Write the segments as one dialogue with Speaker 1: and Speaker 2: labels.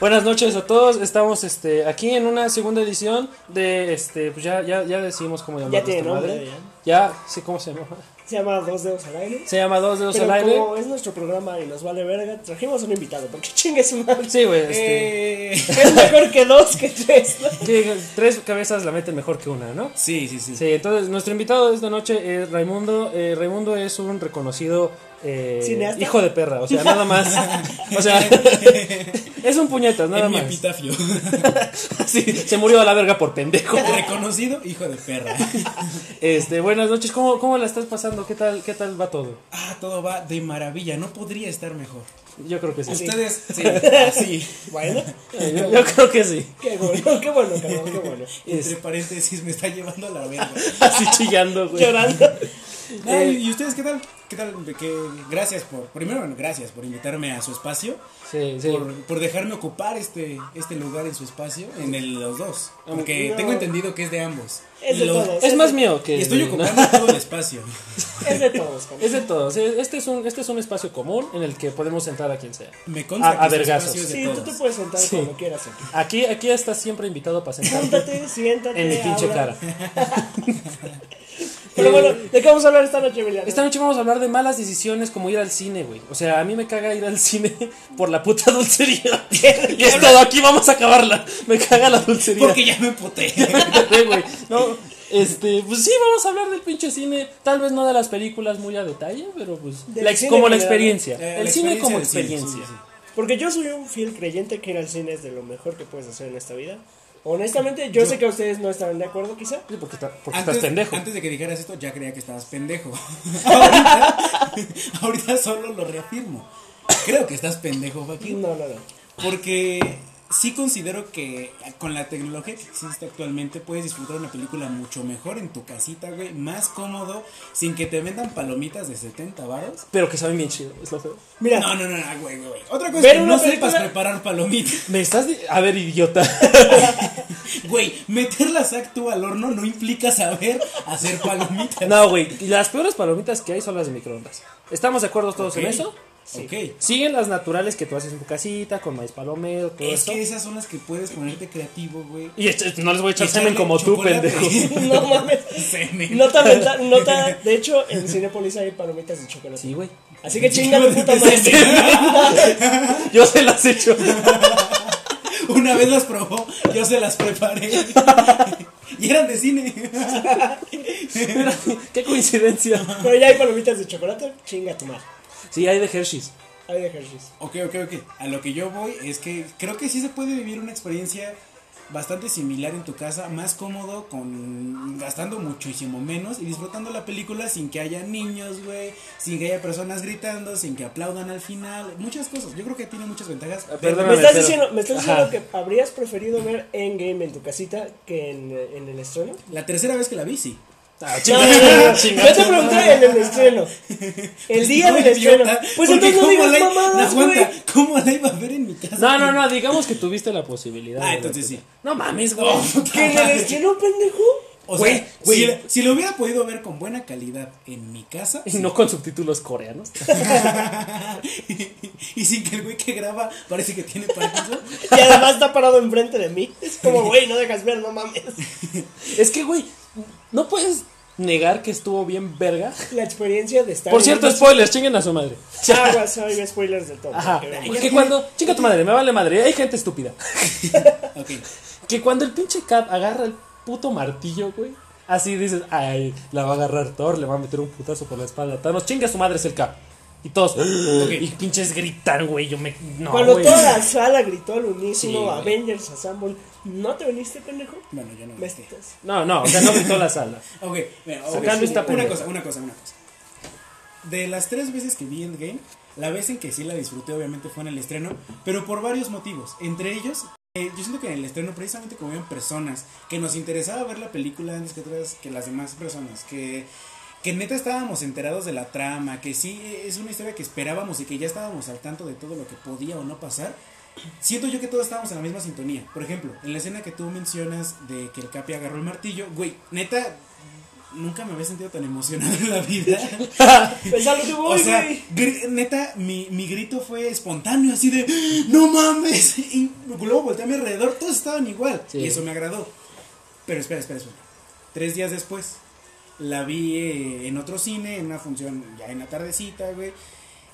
Speaker 1: Buenas noches a todos, estamos este, aquí en una segunda edición de este, pues ya, ya, ya decidimos cómo llamarlo.
Speaker 2: Ya tiene
Speaker 1: esta
Speaker 2: nombre,
Speaker 1: madre.
Speaker 2: ya.
Speaker 1: Ya, sí, ¿cómo se llama?
Speaker 2: Se llama Dos Dedos al Aire.
Speaker 1: Se llama Dos Dedos
Speaker 2: Pero
Speaker 1: al Aire.
Speaker 2: como es nuestro programa y nos vale verga, trajimos un invitado, porque chingue su madre.
Speaker 1: Sí, güey, este,
Speaker 2: Eh, es mejor que dos, que tres. ¿no?
Speaker 1: que tres cabezas la meten mejor que una, ¿no?
Speaker 3: Sí, sí, sí.
Speaker 1: Sí, entonces nuestro invitado de esta noche es Raimundo. Eh, Raimundo es un reconocido eh,
Speaker 2: ¿Cineasta?
Speaker 1: hijo de perra, o sea, nada más. O sea, es un puñetas, nada
Speaker 3: en mi
Speaker 1: más.
Speaker 3: epitafio.
Speaker 1: Sí, se murió a la verga por pendejo.
Speaker 3: Reconocido hijo de perra.
Speaker 1: Este, buenas noches, ¿cómo, cómo la estás pasando? ¿Qué tal, qué tal va todo?
Speaker 3: Ah, todo va de maravilla. No podría estar mejor.
Speaker 1: Yo creo que sí.
Speaker 3: Ustedes, sí, así.
Speaker 2: Bueno,
Speaker 1: Yo, yo creo que sí.
Speaker 2: qué bueno, qué bueno, cabrón, qué bueno.
Speaker 3: Entre paréntesis, me está llevando a la verga.
Speaker 1: Así chillando, güey.
Speaker 2: Llorando.
Speaker 3: Ah, ¿y- ¿Y ustedes qué tal? ¿Qué tal? De que- gracias por. Primero, bueno, gracias por invitarme a su espacio.
Speaker 1: Sí, sí.
Speaker 3: Por, por dejarme ocupar este, este lugar en su espacio. En el, los dos. Porque
Speaker 2: no.
Speaker 3: tengo entendido que es de ambos.
Speaker 2: Es de
Speaker 3: Los-
Speaker 2: todos.
Speaker 1: Es más mío que.
Speaker 3: Y estoy ocupando todo el espacio.
Speaker 2: Es de todos, cabrón.
Speaker 1: Es de todos. sí, Este es, un, este es un espacio común en el que podemos sentar a quien sea.
Speaker 3: Me consta
Speaker 1: A- a
Speaker 3: que su
Speaker 1: vergazos.
Speaker 3: espacio es de
Speaker 2: Sí, tú
Speaker 3: todos.
Speaker 2: te puedes sentar
Speaker 1: Sí.
Speaker 2: cuando quieras aquí.
Speaker 1: Aquí, aquí estás siempre invitado para sentar
Speaker 2: Siéntate, siéntate.
Speaker 1: en mi pinche
Speaker 2: habla.
Speaker 1: cara. Eh,
Speaker 2: Pero bueno, ¿de qué vamos a hablar esta noche, Emiliano?
Speaker 1: Esta noche vamos a hablar de malas decisiones como ir al cine, güey. O sea, a mí me caga ir al cine por la puta dulcería. y es todo, aquí vamos a acabarla. Me caga la dulcería.
Speaker 3: Porque ya me puté.
Speaker 1: Sí, güey. No, este, pues sí, vamos a hablar del pinche cine. Tal vez no de las películas muy a detalle, pero pues.
Speaker 2: Del
Speaker 1: la ex-
Speaker 2: cine
Speaker 1: como la
Speaker 2: en general.
Speaker 1: experiencia.
Speaker 3: Eh,
Speaker 1: el
Speaker 3: la
Speaker 1: cine
Speaker 3: experiencia
Speaker 1: como
Speaker 3: del cine,
Speaker 1: experiencia.
Speaker 3: sí, sí,
Speaker 2: Porque yo soy un fiel creyente que ir al cine es de lo mejor que puedes hacer en esta vida. Honestamente, yo, sé que ustedes no estarán de acuerdo, quizá.
Speaker 1: Sí, Porque, está- porque
Speaker 3: Antes,
Speaker 1: estás pendejo.
Speaker 3: antes de que dijeras esto, ya creía que estabas pendejo. ahorita, ahorita solo lo reafirmo. Creo que estás pendejo, Joaquín.
Speaker 2: No, no, no.
Speaker 3: Porque sí considero que con la tecnología que existe actualmente puedes disfrutar una película mucho mejor en tu casita, güey. Más cómodo, sin que te vendan palomitas de 70 varos.
Speaker 1: Pero que saben bien chido, es lo feo.
Speaker 2: Mira,
Speaker 3: No, no, no, no, güey, güey. güey. Otra cosa
Speaker 2: Ver
Speaker 3: es que
Speaker 2: una
Speaker 3: no sepas
Speaker 2: película-
Speaker 3: preparar palomitas.
Speaker 1: Me estás. di- A ver, idiota.
Speaker 3: Güey, meter la sac tú al horno no implica saber hacer palomitas.
Speaker 1: no, güey. Las peores palomitas que hay son las de microondas. ¿Estamos de acuerdo todos
Speaker 3: Ok.
Speaker 1: en eso?
Speaker 3: Ok.
Speaker 1: Siguen las naturales que tú haces en tu casita, con maíz palomero, todo
Speaker 3: Es
Speaker 1: eso.
Speaker 3: que esas son las que puedes ponerte creativo, güey.
Speaker 1: Y echa- no les voy a echar
Speaker 3: Y
Speaker 1: semen
Speaker 3: echarle
Speaker 1: como tú,
Speaker 3: chocolate.
Speaker 1: pendejo.
Speaker 2: no mames.
Speaker 3: Semen.
Speaker 2: Nota mental, nota. De hecho, en Cinepolis hay palomitas de chocolate.
Speaker 1: Sí, güey.
Speaker 2: Así que chinga tu puta madre.
Speaker 1: Yo se las echo.
Speaker 3: Una vez las probó, yo se las preparé. y eran de cine.
Speaker 1: Qué coincidencia.
Speaker 2: Pero ya hay palomitas de chocolate, chinga tu madre.
Speaker 1: Sí, hay de Hershey's.
Speaker 2: Hay de ejercicio.
Speaker 3: ok, ok, ok. A lo que yo voy es que creo que sí se puede vivir una experiencia bastante similar en tu casa, más cómodo, con gastando muchísimo menos y disfrutando la película sin que haya niños, güey, sin que haya personas gritando, sin que aplaudan al final, muchas cosas. Yo creo que tiene muchas ventajas.
Speaker 1: Ah,
Speaker 3: Pero-
Speaker 1: perdóname.
Speaker 2: Me estás
Speaker 1: pero-
Speaker 2: diciendo, me estás
Speaker 1: Ajá.
Speaker 2: diciendo que habrías preferido ver Endgame en tu casita que en, en el estreno.
Speaker 3: La tercera vez que la vi, sí.
Speaker 1: Ah,
Speaker 2: No,
Speaker 1: chinga,
Speaker 2: no, no, no.
Speaker 1: chinga.
Speaker 2: Yo te pregunté en el estreno. El día
Speaker 3: No,
Speaker 2: del
Speaker 3: idiota,
Speaker 2: estreno. Pues
Speaker 3: porque
Speaker 2: entonces no
Speaker 3: ¿cómo
Speaker 2: digas
Speaker 3: la-
Speaker 2: mamadas,
Speaker 3: no, aguanta,
Speaker 2: güey.
Speaker 3: ¿Cómo la iba a ver en mi casa?
Speaker 1: No, no, no, digamos que tuviste la posibilidad.
Speaker 3: Ah,
Speaker 1: de
Speaker 3: entonces
Speaker 1: verte.
Speaker 3: sí.
Speaker 1: No mames, güey.
Speaker 3: Oh, puta
Speaker 2: Que en el
Speaker 3: madre.
Speaker 2: estreno, pendejo.
Speaker 3: O
Speaker 1: Güey,
Speaker 3: sea,
Speaker 1: güey.
Speaker 3: Si, si lo hubiera podido ver con buena calidad en mi casa
Speaker 1: Y no con subtítulos coreanos.
Speaker 3: y sin que el güey que graba parece que tiene Parkinson.
Speaker 2: Y además está parado enfrente de mí. Es como, güey, no dejas ver, no mames.
Speaker 1: Es que, güey, no puedes negar que estuvo bien verga.
Speaker 2: La experiencia de estar.
Speaker 1: Por cierto, spoilers, chinguen a su madre.
Speaker 2: Chaguas, soy spoilers de todo.
Speaker 1: Ajá.
Speaker 2: Que vean.
Speaker 1: Porque cuando. Chinga tu madre, me vale madre. Hay gente estúpida.
Speaker 3: Ok.
Speaker 1: Que cuando el pinche Cap agarra el puto martillo, güey. Así dices, ay, la va a agarrar Thor, le va a meter un putazo por la espalda. Thanos, chinga su madre es el Cap. Y todos, y pinches gritan, güey. Yo me. No,
Speaker 2: Cuando
Speaker 1: güey.
Speaker 2: toda la sala gritó al unísono
Speaker 1: Sí, güey.
Speaker 2: Avengers Assemble, ¿no te veniste, pendejo?
Speaker 3: Bueno, ya no
Speaker 2: Me
Speaker 3: me esté.
Speaker 2: estás.
Speaker 1: No, no, o sea, no gritó la sala.
Speaker 3: Ok, mira, ok,
Speaker 1: Sacando esta
Speaker 3: una
Speaker 1: pendeja.
Speaker 3: cosa, una cosa, una cosa. De las tres veces que vi Endgame, la vez en que sí la disfruté obviamente fue en el estreno, pero por varios motivos. Entre ellos, eh, yo siento que en el estreno precisamente como habían personas que nos interesaba ver la película antes que otras que las demás personas, que que neta estábamos enterados de la trama, que sí es una historia que esperábamos y que ya estábamos al tanto de todo lo que podía o no pasar. Siento yo que todos estábamos en la misma sintonía. Por ejemplo, en la escena que tú mencionas de que el Capi agarró el martillo, güey, neta, Nunca me había sentido tan emocionado en la vida.
Speaker 2: Es a lo que voy,
Speaker 3: O sea,
Speaker 2: güey.
Speaker 3: gri- neta, mi, mi grito fue espontáneo, así de ¡No mames! Y luego volteé a mi alrededor, todos estaban igual.
Speaker 1: Sí.
Speaker 3: Y eso me agradó. Pero espera, espera, espera. Tres días después, la vi eh, en otro cine, en una función ya en la tardecita, güey.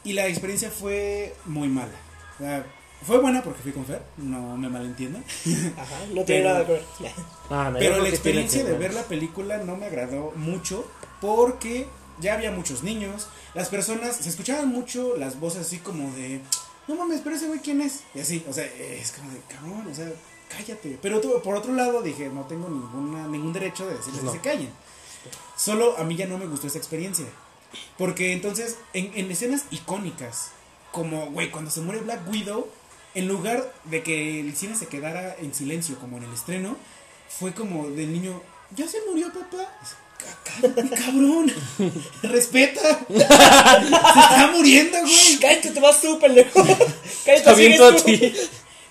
Speaker 3: Y la experiencia fue muy mala. O sea, fue buena porque fui con Fer, no me malentiendan.
Speaker 2: Ajá, no tiene
Speaker 3: Pero-
Speaker 2: nada que ver.
Speaker 1: Ah, no, yo creo
Speaker 3: Pero la
Speaker 1: que tiene
Speaker 3: experiencia
Speaker 1: que
Speaker 3: de ver la película no me agradó mucho porque ya había muchos niños, las personas, se escuchaban mucho las voces así como de, no mames, pero ese güey quién es. Y así, o sea, es como de, cabrón, o sea, cállate. Pero tú- por otro lado dije, no tengo ninguna, ningún derecho de decirles
Speaker 1: No.
Speaker 3: que se callen. Solo a mí ya no me gustó esa experiencia. Porque entonces, en, en escenas icónicas, como, güey, cuando se muere Black Widow, en lugar de que el cine se quedara en silencio, como en el estreno, fue como del niño, ya se murió papá. Ca- ca- Cabrón, respeta. Se está muriendo, güey.
Speaker 2: Cállate, te vas tú, pendejo. Cállate,
Speaker 1: Está bien
Speaker 2: sigues
Speaker 1: todo
Speaker 2: tú.
Speaker 1: así.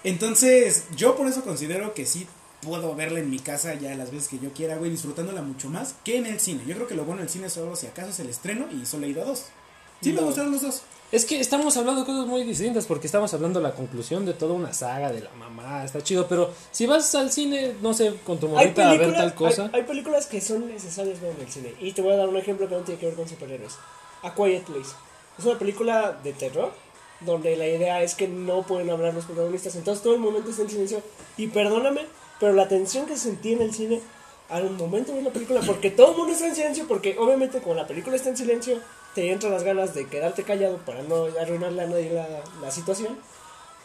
Speaker 3: Entonces, yo por eso considero que sí puedo verla en mi casa ya las veces que yo quiera, güey, disfrutándola mucho más que en el cine. Yo creo que lo bueno del cine solo si acaso es el estreno y solo he ido a dos. Sí, me
Speaker 2: No.
Speaker 3: gustaron los dos.
Speaker 1: Es que estamos hablando de cosas muy distintas porque estamos hablando de la conclusión de toda una saga de la mamá, está chido, pero si vas al cine, no sé, con tu
Speaker 2: Hay
Speaker 1: morrita a ver
Speaker 2: películas,
Speaker 1: tal cosa,
Speaker 2: hay- hay películas que son necesarias ver en el cine. Y te voy a dar un ejemplo que no tiene que ver con superhéroes. A Quiet Place. Es una película de terror donde la idea es que no pueden hablar los protagonistas. Entonces todo el momento está en silencio. Y perdóname, pero la tensión que sentí en el cine al momento de la película, porque todo el mundo está en silencio, porque obviamente cuando la película está en silencio, te entran las ganas de quedarte callado para no arruinarle a nadie la- la situación.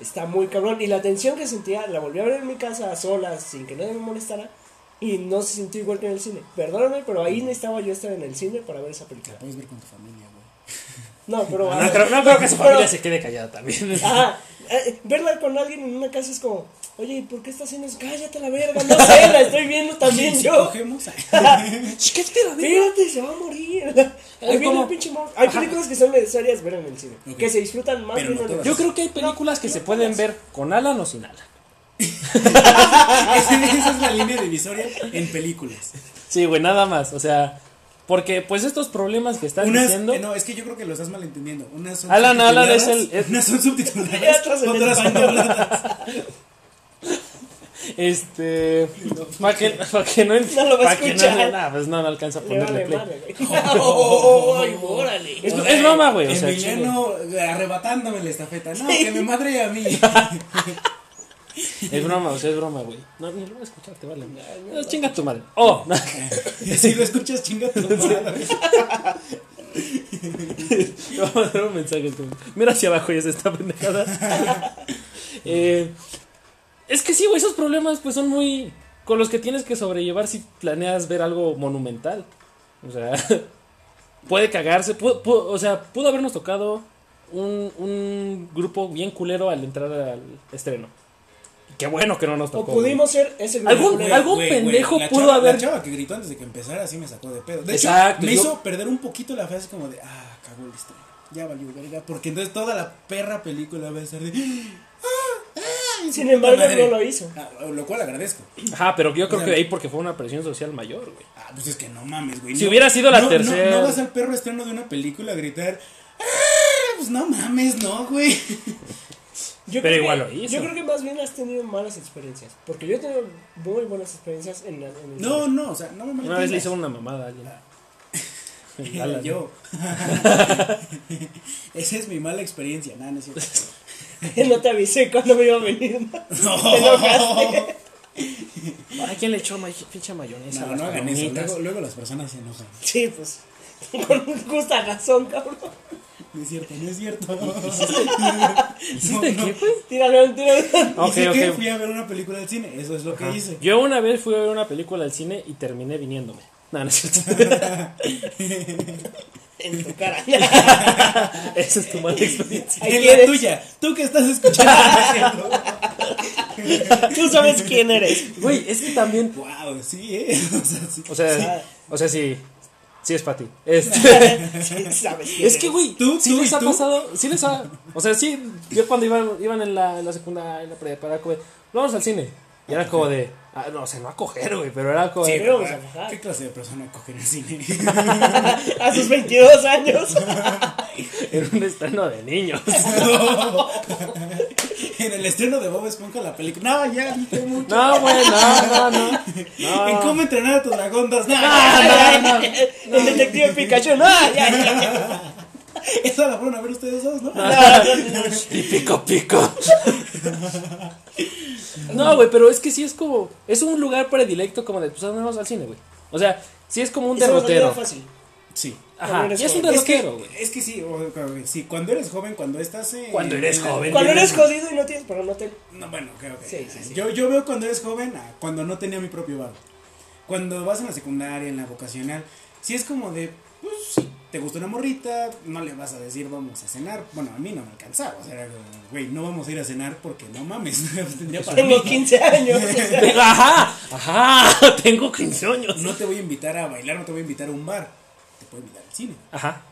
Speaker 2: Está muy cabrón. Y la tensión que sentía, la volví a ver en mi casa a solas, sin que nadie me molestara. Y no se sintió igual que en el cine. Perdóname, pero ahí necesitaba yo estar en el cine para ver esa película.
Speaker 3: Puedes ver con tu familia, güey.
Speaker 2: No, pero.
Speaker 1: Ah, no, creo, no creo que su
Speaker 2: pero-
Speaker 1: familia se quede callada también.
Speaker 2: Ajá. Eh, verla con alguien en una casa es como, oye, ¿y por qué estás haciendo eso? Cállate la verga, no sé, la estoy viendo también
Speaker 3: Si
Speaker 2: yo.
Speaker 3: cogemos,
Speaker 1: Sh, cállate la verga.
Speaker 2: Fíjate, se va a morir. Ahí viene
Speaker 1: como-
Speaker 2: el pinche monstruo. Hay
Speaker 1: Ajá.
Speaker 2: películas que son necesarias ver en el cine.
Speaker 3: Ok.
Speaker 2: Que se disfrutan más
Speaker 3: Pero no
Speaker 2: viendo en el
Speaker 3: todas.
Speaker 1: Yo creo que hay películas que se pueden ver con Alan o sin Alan.
Speaker 3: Esa esa es la línea divisoria en películas.
Speaker 1: Sí, güey, nada más, o sea, porque pues estos problemas que estás
Speaker 3: Unas-
Speaker 1: diciendo...
Speaker 3: eh, no, es que yo creo que lo estás malentendiendo. Unas son
Speaker 1: Alan, Alan es
Speaker 3: subtituladas,
Speaker 1: el- es-
Speaker 3: Unas son
Speaker 2: Ya
Speaker 3: subtituladas,
Speaker 2: atrás en
Speaker 3: otras son
Speaker 2: español.
Speaker 3: dobladas.
Speaker 1: Este. Para que, pa' que no.
Speaker 2: No lo va a
Speaker 1: pa' que no-
Speaker 2: escuchar.
Speaker 1: nah, pues no, no alcanza a
Speaker 2: Le
Speaker 1: ponerle
Speaker 2: vale
Speaker 1: play. Oh,
Speaker 2: madre, güey. ¡Ay, órale!
Speaker 1: Es- es broma, güey, o sea,
Speaker 3: Emiliano arrebatándome la estafeta. No,
Speaker 2: Sí.
Speaker 3: que me madre a mí.
Speaker 1: Es broma, o sea, es broma, güey. No, ni lo voy a escuchar, te vale. No, chinga tu madre. Oh,
Speaker 3: si lo escuchas, chinga tu madre.
Speaker 1: Te voy a mandar un mensaje. tú. Mira hacia abajo ya se está pendejada. Eh, es que sí, güey, esos problemas pues son muy. con los que tienes que sobrellevar si planeas ver algo monumental. O sea, puede cagarse. pu- pu- o sea, pudo habernos tocado un, un grupo bien culero al entrar al estreno. Qué bueno que no nos
Speaker 2: O
Speaker 1: tocó. güey.
Speaker 2: pudimos ser ese grupo
Speaker 1: Algún-
Speaker 2: culero.
Speaker 1: algún pendejo pudo
Speaker 3: chava,
Speaker 1: haber-
Speaker 3: La chava que gritó antes de que empezara así me sacó de pedo. De
Speaker 1: Exacto,
Speaker 3: hecho, me
Speaker 1: yo-
Speaker 3: hizo perder un poquito la frase como de, ah, cagó el estreno. Ya valió, verga. Porque entonces toda la perra película va a estar de. "Ah, ah",
Speaker 2: Sin embargo,
Speaker 3: madre.
Speaker 2: no lo hizo.
Speaker 3: Ah, Lo cual agradezco.
Speaker 1: Ajá, pero yo creo que de ahí porque fue una presión social mayor, güey.
Speaker 3: Ah, pues es que no mames, güey.
Speaker 1: Si
Speaker 3: No-
Speaker 1: hubiera sido la
Speaker 3: no- no-
Speaker 1: tercera.
Speaker 3: No, vas al perro estreno de una película a gritar. "Ah", Pues no mames, no, güey.
Speaker 1: Pero
Speaker 2: Yo creo que-
Speaker 1: igual lo hizo.
Speaker 2: Yo creo que más bien has tenido malas experiencias. Porque yo he tenido muy buenas experiencias en, la- en el
Speaker 3: No,
Speaker 2: cine.
Speaker 3: no, o sea, no me
Speaker 1: Una vez le
Speaker 3: malentiendas.
Speaker 1: hizo una mamada a alguien. Alan.
Speaker 3: Yo. Esa es mi mala experiencia. Nada, no es cierto.
Speaker 2: No te avisé cuando me iba a venir.
Speaker 3: No.
Speaker 2: Te enojaste.
Speaker 1: ¿A quién le echó may- pinche mayonesa? a
Speaker 3: No,
Speaker 1: las
Speaker 3: no hagan eso.
Speaker 1: palomitas?
Speaker 3: Luego, luego las personas se enojan.
Speaker 2: Sí, pues. Con justa razón, cabrón.
Speaker 3: No es cierto, no es cierto.
Speaker 1: ¿Hiciste
Speaker 3: No, no.
Speaker 1: qué, güey?
Speaker 2: Tíralo, tíralo.
Speaker 1: Ok,
Speaker 3: Hice que
Speaker 1: ok.
Speaker 3: fui a ver una película al cine. Eso es lo que hice.
Speaker 1: Yo una vez fui a ver una película al cine y terminé viniéndome. No, no es cierto.
Speaker 2: En tu cara.
Speaker 1: Esa es tu mala experiencia.
Speaker 2: Ahí
Speaker 3: en
Speaker 2: quieres.
Speaker 3: la tuya. Tú que estás escuchando.
Speaker 2: Tú sabes quién eres.
Speaker 1: Güey, es que también.
Speaker 3: wow, sí, ¿eh?
Speaker 1: O
Speaker 3: O sea, sí.
Speaker 1: sea,
Speaker 2: Sí.
Speaker 1: o sea, sí. Sí es para ti. Este,
Speaker 2: Sí, sabes quién
Speaker 1: es que,
Speaker 2: eres.
Speaker 1: güey,
Speaker 3: Tú,
Speaker 1: sí
Speaker 3: tú
Speaker 1: les
Speaker 3: y
Speaker 1: ha
Speaker 3: tú.
Speaker 1: pasado. Sí les ha. O sea, sí. Yo cuando iban, iban en, la, en la secundaria, en la preparatoria, güey, vamos al cine. Y era como de. ah, no, se no a coger, güey, pero era como.
Speaker 2: Sí,
Speaker 1: de-
Speaker 2: pero- vamos a
Speaker 3: Ah,
Speaker 2: bajar.
Speaker 3: ¿Qué clase de persona coge en el cine?
Speaker 2: A sus 22 años.
Speaker 1: Era un estreno de niños.
Speaker 3: en el estreno de Bob Esponja la película. No, ya dije mucho.
Speaker 1: No, güey, no, no, no. No.
Speaker 3: En cómo entrenar a tu dragón 2. No,
Speaker 1: Ah,
Speaker 2: El detective Pikachu. No, ya, ya.
Speaker 3: Esa la fueron a ver ustedes dos, ¿no?
Speaker 1: Y pico, pico. No, güey, pero es que sí es como. Es un lugar predilecto como de. Pues ah, vamos al cine, güey. O sea, sí es como un
Speaker 2: Esa es una
Speaker 1: derrotero.
Speaker 2: manera fácil.
Speaker 3: Sí.
Speaker 1: Ajá,
Speaker 2: Cuando eres
Speaker 1: y es un
Speaker 2: joven.
Speaker 3: Es que,
Speaker 1: derrotero, güey.
Speaker 3: es que sí, o- o- sí, cuando eres joven, cuando estás. eh,
Speaker 1: Cuando eres
Speaker 3: en la-
Speaker 1: joven.
Speaker 2: Cuando eres jodido y no tienes para un hotel.
Speaker 3: No, bueno, creo que.
Speaker 2: Sí, sí, sí.
Speaker 3: Yo, yo veo cuando eres joven, a cuando no tenía mi propio bar. Cuando vas en la secundaria, en la vocacional, si es como de, pues sí, te gusta una morrita, no le vas a decir vamos a cenar. Bueno, a mí no me alcanzaba. O sea, era como, güey, no vamos a ir a cenar porque no mames. tendría para mí,
Speaker 2: Tengo
Speaker 3: ¿no?
Speaker 2: 15 años. o sea.
Speaker 1: Ajá, ajá, tengo 15 años.
Speaker 3: No te voy a invitar a bailar, no te voy a invitar a un bar. Te puedo invitar al cine.
Speaker 1: Ajá.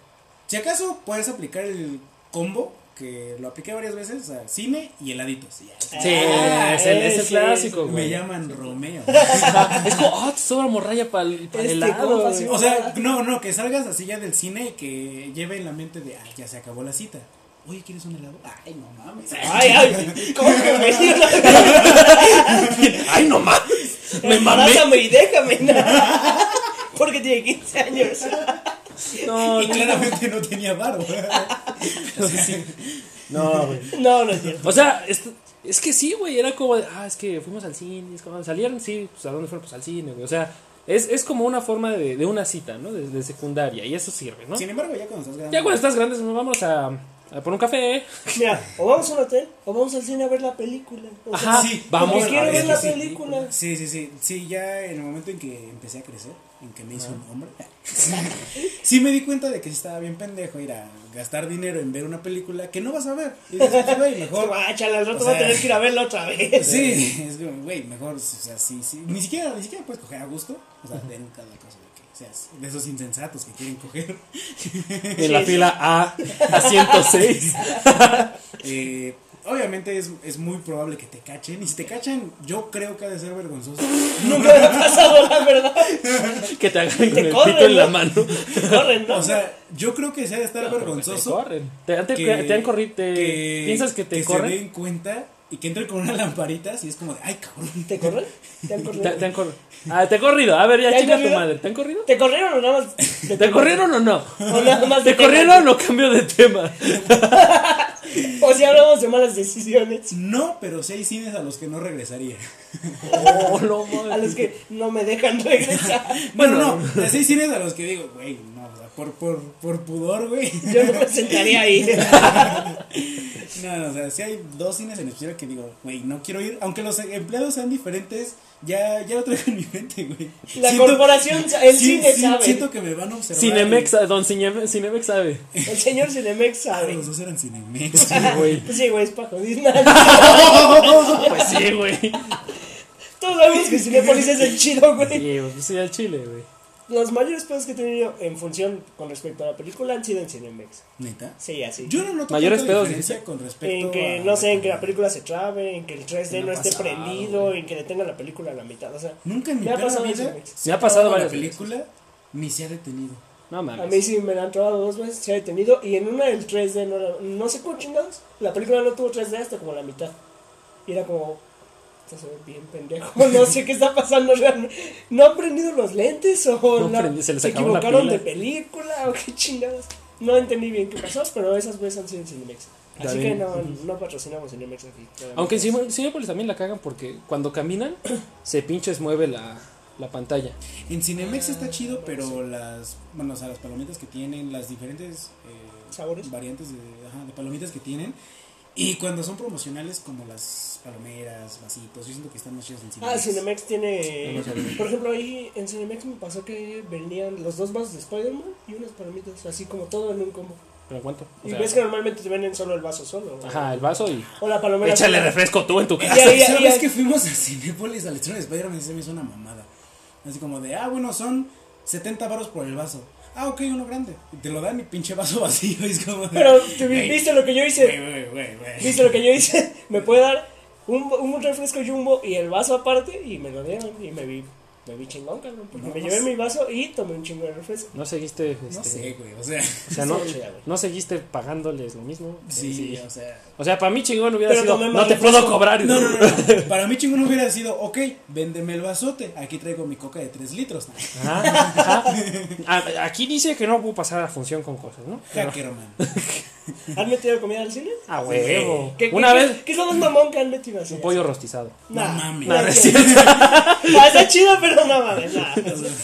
Speaker 3: Si acaso puedes aplicar el combo, que lo apliqué varias veces, a cine y heladitos. y ya.
Speaker 1: Sí,
Speaker 2: Ah,
Speaker 1: es el,
Speaker 2: eh,
Speaker 1: es el
Speaker 2: sí,
Speaker 1: clásico,
Speaker 3: Me
Speaker 1: güey.
Speaker 3: llaman Romeo.
Speaker 1: Ajá, Es como, ah, te sobra morralla para el
Speaker 2: Este,
Speaker 1: helado.
Speaker 2: ¿cómo
Speaker 1: güey.
Speaker 2: fácil?
Speaker 3: O sea, no, no, que salgas así ya del cine y que lleve en la mente de, ay, ya se acabó la cita. Oye, ¿quieres un helado? Ay, no mames.
Speaker 2: Ay, ay, ¿cómo que me
Speaker 1: Ay, no más. Me mamé.
Speaker 2: Embarázame y déjame. no. Porque tiene 15 años.
Speaker 1: No,
Speaker 3: Y claramente no tenía varo.
Speaker 1: no, güey.
Speaker 2: No, no es cierto.
Speaker 1: O sea, es, es que sí, güey, era como, de, ah, es que fuimos al cine, es como, salieron, sí, pues a dónde fueron, pues al cine, güey. O sea, es, es como una forma de, de una cita, ¿no? De, de secundaria, y eso sirve, ¿no?
Speaker 3: Sin embargo, ya cuando estás grande.
Speaker 1: Ya cuando estás grande, nos vamos a, a por un café.
Speaker 2: Mira, o vamos a un hotel o vamos al cine a ver la película. O sea,
Speaker 1: Ajá,
Speaker 3: Ah, sí,
Speaker 1: vamos
Speaker 2: porque quiero
Speaker 1: a
Speaker 2: ver
Speaker 1: ver.
Speaker 2: la
Speaker 3: sí.
Speaker 2: película.
Speaker 3: Sí, sí, sí. Sí, ya en el momento en que empecé a crecer, en que me hice un hombre, sí me di cuenta de que sí estaba bien pendejo ir a gastar dinero en ver una película que no vas a ver. Y dices, pues, güey, mejor.
Speaker 2: Ah, chale, al rato
Speaker 3: O sea-
Speaker 2: voy a tener que ir a verla otra vez.
Speaker 3: Sí, Eh, es como, güey, mejor, o sea, sí, sí. Ni siquiera, ni siquiera puedes coger a gusto. O sea, en cada caso de que seas de esos insensatos que quieren coger.
Speaker 1: En la
Speaker 2: Sí.
Speaker 1: fila A, a 106.
Speaker 3: Eh, obviamente es, es muy probable que te cachen. Y si te cachan, yo creo que ha de ser vergonzoso.
Speaker 2: Nunca me ha pasado, la verdad.
Speaker 1: Que te agarren con
Speaker 2: Te
Speaker 1: el
Speaker 2: corren,
Speaker 1: pito en la
Speaker 2: ¿no?
Speaker 1: mano.
Speaker 2: Corren, ¿no?
Speaker 3: O sea, yo creo que se ha de estar
Speaker 1: Te
Speaker 3: vergonzoso.
Speaker 1: corren. Te, te- te han corrido. Te,
Speaker 3: que-
Speaker 1: ¿Piensas que te corren?
Speaker 3: se den cuenta y que entren con una lamparita. Y es como de, ay, cabrón.
Speaker 2: ¿Te corren? ¿Te han
Speaker 1: Te,
Speaker 2: corrido?
Speaker 1: te han corrido. Ah, te han corrido. A ver, ya
Speaker 2: ¿Te han
Speaker 1: chinga tu
Speaker 2: corrido?
Speaker 1: madre. ¿Te han corrido?
Speaker 2: ¿Te corrieron o nada más?
Speaker 1: ¿Te, corrieron o no?
Speaker 2: O nada más
Speaker 1: ¿Te corrieron o cambio de tema?
Speaker 2: O si hablamos de malas decisiones.
Speaker 3: No, pero sí hay cines a los que no regresaría.
Speaker 1: Oh, no, madre.
Speaker 2: A los que no me dejan regresar.
Speaker 3: Bueno, no, no, sí hay cines a los que digo, güey, no, o sea, por, por, por pudor, güey.
Speaker 2: Yo no me sentaría ahí.
Speaker 3: No, no, o sea, sí hay dos cines en especial que digo, güey, no quiero ir. Aunque los empleados sean diferentes, ya, ya lo traigo en mi mente, güey.
Speaker 2: La corporación, sa- el
Speaker 3: sí,
Speaker 2: cine
Speaker 3: sí,
Speaker 2: sabe.
Speaker 3: Siento que me van a observar.
Speaker 1: Cinemex, sabe, don Cine- Cinemex sabe.
Speaker 2: El señor Cinemex
Speaker 3: Ah,
Speaker 2: sabe.
Speaker 3: Los dos eran Cinemex.
Speaker 1: güey.
Speaker 2: Pues sí, güey, es para jodir nada.
Speaker 1: Pues sí, güey.
Speaker 2: Todos sabemos que Cinepolis es el chido, güey.
Speaker 1: Sí, pues sí, al chile, güey.
Speaker 2: Los mayores pedos que he tenido en función con respecto a la película han sido en Cinemex.
Speaker 3: Neta.
Speaker 2: Sí, así.
Speaker 3: Yo no noto
Speaker 1: Mayores
Speaker 3: tanta
Speaker 1: pedos,
Speaker 3: diferencia con respecto
Speaker 2: En que,
Speaker 3: a-
Speaker 2: no sé, en que la película se trabe, en que el 3D
Speaker 3: Me
Speaker 2: no
Speaker 3: ha
Speaker 2: esté
Speaker 3: pasado,
Speaker 2: prendido,
Speaker 3: güey.
Speaker 2: en que le tenga la película a la mitad. O sea,
Speaker 3: Nunca en mi
Speaker 2: Me ha
Speaker 3: perra
Speaker 2: pasado
Speaker 3: vida
Speaker 2: eso.
Speaker 3: se
Speaker 1: Me ha
Speaker 3: ha
Speaker 1: pasado
Speaker 3: parado la
Speaker 1: varias veces.
Speaker 3: película ni se ha detenido.
Speaker 1: No
Speaker 2: a
Speaker 1: mames.
Speaker 2: mí sí me la han trabado dos veces, se ha detenido. Y en una del 3D, no, la- no sé cómo chingados, la película no tuvo 3D hasta como la mitad. Y era como, esto se ve bien pendejo, no sé qué está pasando. realmente. ¿No han prendido los lentes o
Speaker 1: No
Speaker 2: la-
Speaker 1: prendí- se les acabó la
Speaker 2: equivocaron de
Speaker 1: pila.
Speaker 2: película o qué chingados? No entendí bien qué pasó, pero esas veces han sido en Cinemex.
Speaker 1: Ya
Speaker 2: Así que
Speaker 1: ven.
Speaker 2: no, no patrocinamos Cinemex aquí. claramente.
Speaker 1: Aunque en Cine- Cinepolis también la cagan porque cuando caminan se pinches mueve la, la pantalla.
Speaker 3: En Cinemex está chido, pero las, bueno, o sea, las palomitas que tienen, las diferentes eh,
Speaker 2: ¿Sabores?
Speaker 3: variantes de, ajá, de palomitas que tienen. Y cuando son promocionales, como las palomeras, vasitos, yo siento que están más chidas en Cinemex.
Speaker 2: Ah, Cinemex
Speaker 1: No
Speaker 2: tiene.
Speaker 1: lo sabía.
Speaker 2: Por ejemplo, ahí en Cinemex me pasó que venían los dos vasos de Spider-Man y unas palomitas, así como todo en un combo.
Speaker 1: ¿Pero cuánto? O
Speaker 2: Y
Speaker 1: sea,
Speaker 2: ves que normalmente te venden solo el vaso solo. o-
Speaker 1: Ajá, el vaso y.
Speaker 2: O la palomera.
Speaker 1: Échale
Speaker 2: sola.
Speaker 1: refresco tú en tu
Speaker 3: Ah,
Speaker 1: casa.
Speaker 2: Ya,
Speaker 3: ¿sabes-
Speaker 2: ya,
Speaker 3: ¿Sabes
Speaker 2: ya.
Speaker 3: que fuimos a Cinepolis al estreno de Spider-Man? y Se me hizo una mamada. Así como de, ah, bueno, son 70 baros por el vaso. Ah, ok, uno grande. Y te lo dan y pinche vaso vacío. y es como de,
Speaker 2: Pero ¿te vi-
Speaker 3: güey,
Speaker 2: viste lo que yo
Speaker 3: güey,
Speaker 2: hice.
Speaker 3: güey, güey, güey.
Speaker 2: Viste lo que yo hice. Me puede dar un, un refresco jumbo y el vaso aparte y me lo dieron y me vi, me vi chingón, cabrón. Porque
Speaker 3: No,
Speaker 2: me
Speaker 3: no
Speaker 2: llevé
Speaker 3: sé.
Speaker 2: mi vaso y tomé un chingo de refresco.
Speaker 1: No seguiste.
Speaker 3: No
Speaker 1: este,
Speaker 3: sé, güey, o sea.
Speaker 1: O sea, no,
Speaker 2: Sí, chida, güey.
Speaker 1: no seguiste pagándoles lo mismo.
Speaker 3: Sí,
Speaker 1: Sí.
Speaker 3: o sea.
Speaker 1: O sea, para mí chingón hubiera
Speaker 2: Pero
Speaker 1: sido.
Speaker 2: tomé
Speaker 1: No
Speaker 2: más
Speaker 1: te puedo
Speaker 2: refresco".
Speaker 1: cobrar.
Speaker 3: No, no, no, no. Para mí chingón hubiera sido, ok, véndeme el vasote. Aquí traigo mi coca de 3 litros.
Speaker 1: Ajá, ajá. A- Aquí dice que no puedo pasar a función con cosas, ¿no? Pero-
Speaker 3: Hacker, man.
Speaker 2: ¿Han metido comida al cine?
Speaker 1: A huevo.
Speaker 2: ¿Qué,
Speaker 1: Una
Speaker 2: qué-
Speaker 1: vez,
Speaker 2: ¿Qué es lo más mamón que han metido al cine?
Speaker 1: un pollo rostizado.
Speaker 2: Nah,
Speaker 3: No mames.
Speaker 2: nah,
Speaker 3: Nah,
Speaker 1: es
Speaker 2: sí. Ah, está chido, pero no mames. Nah.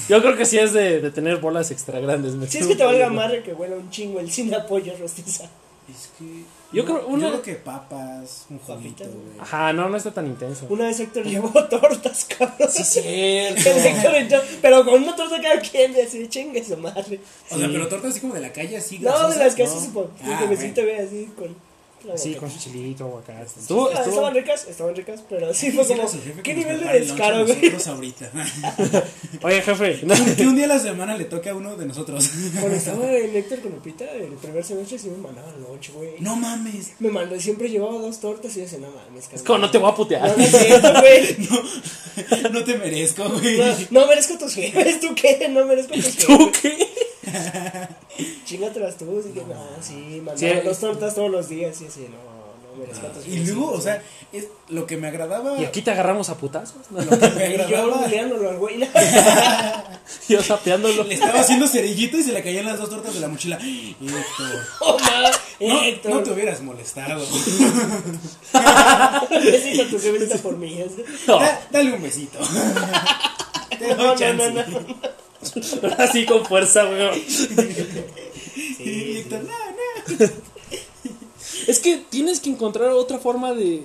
Speaker 1: Yo creo que sí es de, de tener bolas extra grandes. me
Speaker 2: Si es que te
Speaker 1: tengo
Speaker 2: valga
Speaker 1: ir.
Speaker 2: madre que huela un chingo el cine a pollo rostiza.
Speaker 3: Es que.
Speaker 1: Yo creo- una-
Speaker 3: yo creo que papas, un juguito,
Speaker 2: Papitas, Ah,
Speaker 3: güey.
Speaker 1: Ajá, no, no está tan intenso.
Speaker 2: Una vez Héctor llevó tortas, cabrón.
Speaker 1: Sí, cierto.
Speaker 2: El Héctor entró, pero con una torta cada quien, así chingue su madre.
Speaker 3: O sea, pero tortas así como de la calle, así.
Speaker 2: No, de
Speaker 3: grasosas,
Speaker 2: las que pues,
Speaker 3: ¿no?
Speaker 2: hace su papá.
Speaker 3: Ah,
Speaker 2: que me
Speaker 3: güey.
Speaker 2: siento bien así con. la
Speaker 1: Sí,
Speaker 2: boca.
Speaker 1: con su chilito, aguacate.
Speaker 2: Ah,
Speaker 1: Estuvo, estuvo-
Speaker 2: Estaban ricas, estaban ricas, pero sí fue
Speaker 3: Decirle
Speaker 2: pues, como.
Speaker 3: a su jefe que
Speaker 2: ¿Qué
Speaker 3: nos
Speaker 2: nivel de
Speaker 3: prepare pues, el lunch a
Speaker 2: descaro, güey?
Speaker 3: nosotros ahorita.
Speaker 1: Oye, jefe.
Speaker 3: que un día a la semana le toque a uno de nosotros.
Speaker 2: Cuando estaba en Héctor con Lupita, el primer semestre sí me mandaban lunch, güey.
Speaker 3: no mames.
Speaker 2: Me mandó, siempre llevaba dos tortas y yo decía, no mames, cabrón.
Speaker 1: Es como no te voy a putear.
Speaker 2: No, no es cierto, güey.
Speaker 3: No, no te merezco, güey.
Speaker 2: No, no merezco tus jefes, ¿tú qué? No merezco tus jefes.
Speaker 1: ¿Tú qué?
Speaker 2: Chingatelas tú, así que no, sí, mandaba
Speaker 1: Sí.
Speaker 2: dos tortas todos los días, y así, no, no merezco tus
Speaker 3: Y
Speaker 2: jefes.
Speaker 3: luego, o sea, es lo que me agradaba.
Speaker 1: Y aquí te agarramos a putazos. ¿no?
Speaker 3: Lo que me
Speaker 2: Y yo
Speaker 3: agradaba.
Speaker 2: googleándolo al güey.
Speaker 1: Yo sapeándolo.
Speaker 3: Le estaba haciendo cerillito y se le caían las dos tortas de la mochila. Héctor.
Speaker 2: No, mames,
Speaker 3: No, no
Speaker 2: Héctor.
Speaker 3: te hubieras molestado.
Speaker 2: Besito a tu jefecita por mí. es-
Speaker 1: No,
Speaker 3: Da- dale un besito. Te doy
Speaker 2: No, no,
Speaker 3: chance.
Speaker 2: no, no.
Speaker 1: así con fuerza, güey.
Speaker 3: Y Héctor, no, no.
Speaker 1: Es que tienes que encontrar otra forma de.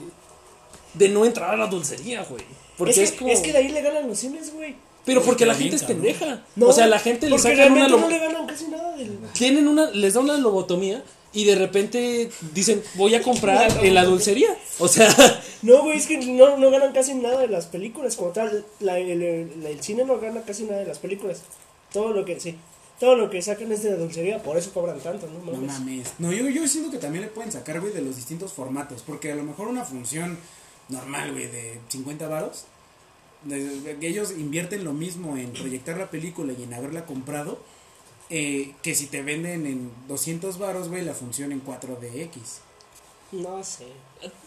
Speaker 1: de no entrar a la dulcería, güey. Porque es,
Speaker 2: Es que,
Speaker 1: como.
Speaker 2: es que de ahí le ganan los cines, güey.
Speaker 1: Pero porque la
Speaker 3: Está bien,
Speaker 1: gente es
Speaker 3: cabrón.
Speaker 1: pendeja.
Speaker 2: No,
Speaker 1: o sea, la gente le
Speaker 2: porque
Speaker 1: sacan una
Speaker 2: realmente
Speaker 1: lobo-
Speaker 2: no le ganan casi nada del...
Speaker 1: tienen una, les da una lobotomía y de repente dicen voy a comprar en la dulcería. O sea,
Speaker 2: No, güey, es que no, no ganan casi nada de las películas. Como tal, la- el, el- el cine no gana casi nada de las películas. Todo lo que sí, todo lo que sacan es de la dulcería, por eso cobran tanto, ¿no?
Speaker 3: No
Speaker 2: Mames.
Speaker 3: mames. No, yo, yo siento que también le pueden sacar, güey, de los distintos formatos. Porque a lo mejor una función normal, güey, de 50 varos. de- que Ellos invierten lo mismo en proyectar la película y en haberla comprado. eh, que si te venden en 200 varos, güey, la función en 4DX.
Speaker 2: No sé.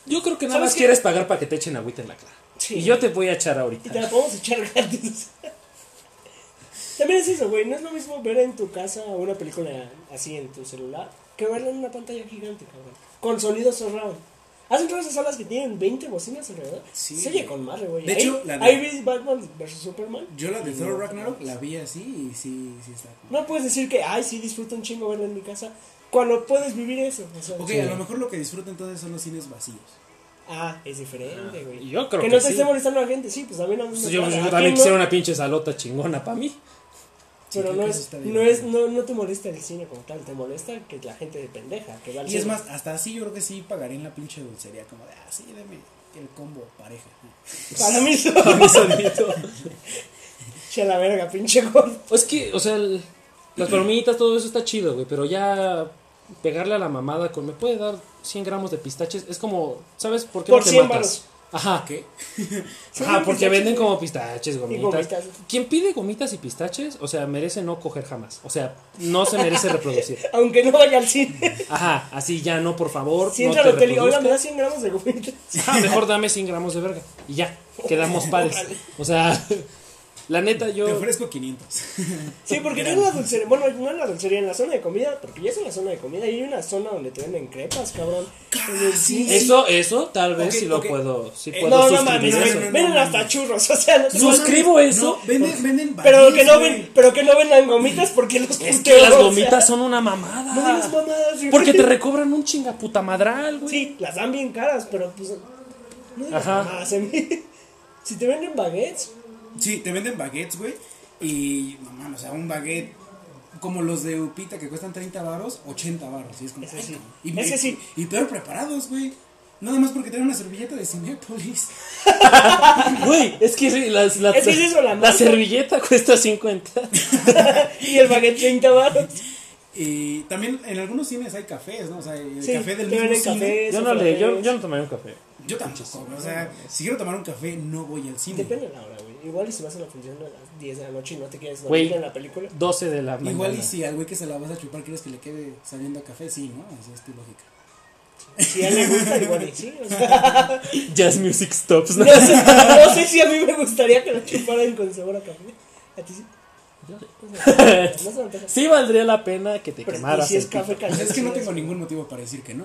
Speaker 1: yo creo que nada
Speaker 2: ¿Sabes
Speaker 1: más
Speaker 2: qué?
Speaker 1: quieres pagar para que te echen agüita en la cara.
Speaker 2: Sí.
Speaker 1: Y yo te voy a echar
Speaker 2: Y te
Speaker 1: ahorita.
Speaker 2: la podemos echar gratis. También es eso, güey. No es lo mismo ver en tu casa una película así en tu celular que verla en una pantalla gigante, cabrón. Con sonido surround. ¿Has entrado a esas salas que tienen 20 bocinas alrededor?
Speaker 3: Sí,
Speaker 2: Se oye
Speaker 3: güey.
Speaker 2: con madre, güey.
Speaker 3: De
Speaker 2: Ahí-
Speaker 3: hecho, la de-
Speaker 2: ahí ves Batman vs Superman.
Speaker 3: Yo la de
Speaker 2: Y
Speaker 3: Thor
Speaker 2: no,
Speaker 3: Ragnarok
Speaker 2: no.
Speaker 3: la vi así y sí, sí está. como-
Speaker 2: No puedes decir que, ay, sí, disfruto un chingo verla en mi casa. Cuando puedes vivir eso. o sea,
Speaker 3: Ok,
Speaker 2: sí.
Speaker 3: a lo mejor lo que disfruto entonces son los cines vacíos.
Speaker 2: Ah, es diferente, güey.
Speaker 1: yo creo
Speaker 2: no
Speaker 1: que
Speaker 2: te
Speaker 1: sí.
Speaker 2: esté molestando a la gente, sí, pues también a mí me
Speaker 1: Entonces, yo,
Speaker 2: pasa.
Speaker 1: yo
Speaker 2: ¿A
Speaker 1: también
Speaker 2: quién
Speaker 1: quisiera
Speaker 2: no?
Speaker 1: una pinche salota chingona para mí.
Speaker 2: Pero
Speaker 3: creo
Speaker 2: no
Speaker 3: que eso
Speaker 2: es,
Speaker 3: está bien.
Speaker 2: no es, no, no te molesta el cine como tal, te molesta que la gente de pendeja, que va al
Speaker 3: Y es
Speaker 2: cine.
Speaker 3: más, hasta así yo creo que sí pagaré en la pinche dulcería, como de, ah, sí, deme el combo pareja. pues,
Speaker 2: Para mí eso.
Speaker 1: Con mi sonidito.
Speaker 2: Che la verga, pinche gordo.
Speaker 1: O Es que, o sea, el- las palomitas, todo eso está chido, güey, pero ya pegarle a la mamada con me puede dar 100 gramos de pistaches, es como, ¿sabes por qué
Speaker 2: Por
Speaker 1: no te
Speaker 2: 100
Speaker 1: matas? Ajá.
Speaker 3: ¿Qué?
Speaker 1: Ajá,
Speaker 2: Sí,
Speaker 1: porque
Speaker 2: pistaches,
Speaker 1: venden
Speaker 2: güey.
Speaker 1: como pistaches, gomitas.
Speaker 2: gomitas.
Speaker 1: Quien pide gomitas y pistaches, o sea, merece no coger jamás. O sea, no se merece reproducir.
Speaker 2: Aunque no vaya al cine.
Speaker 1: Ajá, así ya no, por favor.
Speaker 2: Si
Speaker 1: no
Speaker 2: entra
Speaker 1: te
Speaker 2: al hotel y
Speaker 1: reproduzcas.
Speaker 2: hola, me da 100 gramos de gomitas.
Speaker 1: Ah, mejor dame 100 gramos de verga. Y ya, quedamos pares. O sea, la neta, yo.
Speaker 3: Te ofrezco 500.
Speaker 2: Sí, porque
Speaker 3: Gran.
Speaker 2: tengo la dulcería. Bueno, no en la dulcería, en la zona de comida. Porque ya es en la zona de comida. Y hay una zona donde te venden crepas, cabrón. En el
Speaker 3: sí.
Speaker 2: cine.
Speaker 1: Eso, eso, tal vez
Speaker 3: Ok,
Speaker 1: sí lo
Speaker 3: ok.
Speaker 1: puedo. Sí
Speaker 3: Eh,
Speaker 1: puedo
Speaker 2: No, no
Speaker 1: suscribir
Speaker 2: mames.
Speaker 1: eso.
Speaker 2: Venden venden hasta churros. O sea, no te
Speaker 1: Sus-
Speaker 2: mames.
Speaker 1: Suscribo eso.
Speaker 3: No, venden, venden
Speaker 2: Pero
Speaker 3: vacíos,
Speaker 2: que, no
Speaker 3: güey.
Speaker 2: ven, pero que no vendan gomitas porque los
Speaker 1: Es que
Speaker 2: puteos,
Speaker 1: las
Speaker 2: o sea,
Speaker 1: gomitas son una
Speaker 2: No digas
Speaker 1: mamada.
Speaker 2: mamadas, güey.
Speaker 1: Porque te recobran un chingaputa madral, güey.
Speaker 2: Sí, las dan bien caras, pero pues. No digas
Speaker 1: Ajá.
Speaker 2: mamadas, Emi. Si te venden baguettes,
Speaker 3: Sí, te venden baguettes, güey. Y, no mames, o sea, un baguette como los de Upita que cuestan 30 varos, 80 varos. Y es como,
Speaker 2: Ese
Speaker 3: ay,
Speaker 2: sí.
Speaker 3: cabrón. Y,
Speaker 2: Ese
Speaker 3: y-
Speaker 2: sí.
Speaker 3: Y peor preparados, güey. Nada más porque traen una servilleta de Cinepolis.
Speaker 1: Güey, es que sí, las- la,
Speaker 2: Es que es eso, la
Speaker 1: la
Speaker 2: marca.
Speaker 1: servilleta cuesta 50.
Speaker 2: y el baguette 30 baros.
Speaker 3: Y también en algunos cines hay cafés, ¿no? O sea, el
Speaker 2: Sí,
Speaker 3: café del
Speaker 2: te
Speaker 3: mismo
Speaker 2: venden
Speaker 3: cine.
Speaker 2: cafés,
Speaker 1: yo no le, yo,
Speaker 2: frappés.
Speaker 1: yo no tomaría un café.
Speaker 3: Yo tampoco, güey, o sea, si quiero tomar un café, no voy al cine.
Speaker 2: Depende de la hora, güey. Igual y si vas a la función a las 10 de la noche y no te quieres
Speaker 1: Güey.
Speaker 2: dormir en la película.
Speaker 1: 12 de la mañana.
Speaker 3: Igual y si al güey que se la vas a chupar quieres que le quede sabiendo a café, sí, ¿no? Esa es tu lógica.
Speaker 2: Si a él le gusta, igual y sí. O sea,
Speaker 1: Jazz Music Stops. ¿no?
Speaker 2: no, sé, no sé si a mí me gustaría que la chuparan con sabor a café. A ti sí. Pues No se me antoja, no se me antoja.
Speaker 1: Sí valdría la pena que te
Speaker 2: Pero
Speaker 1: quemaras.
Speaker 2: y si es
Speaker 1: el pito.
Speaker 2: café
Speaker 3: Pues
Speaker 2: caliente.
Speaker 3: es que no
Speaker 2: sí,
Speaker 3: tengo ningún motivo para decir que no.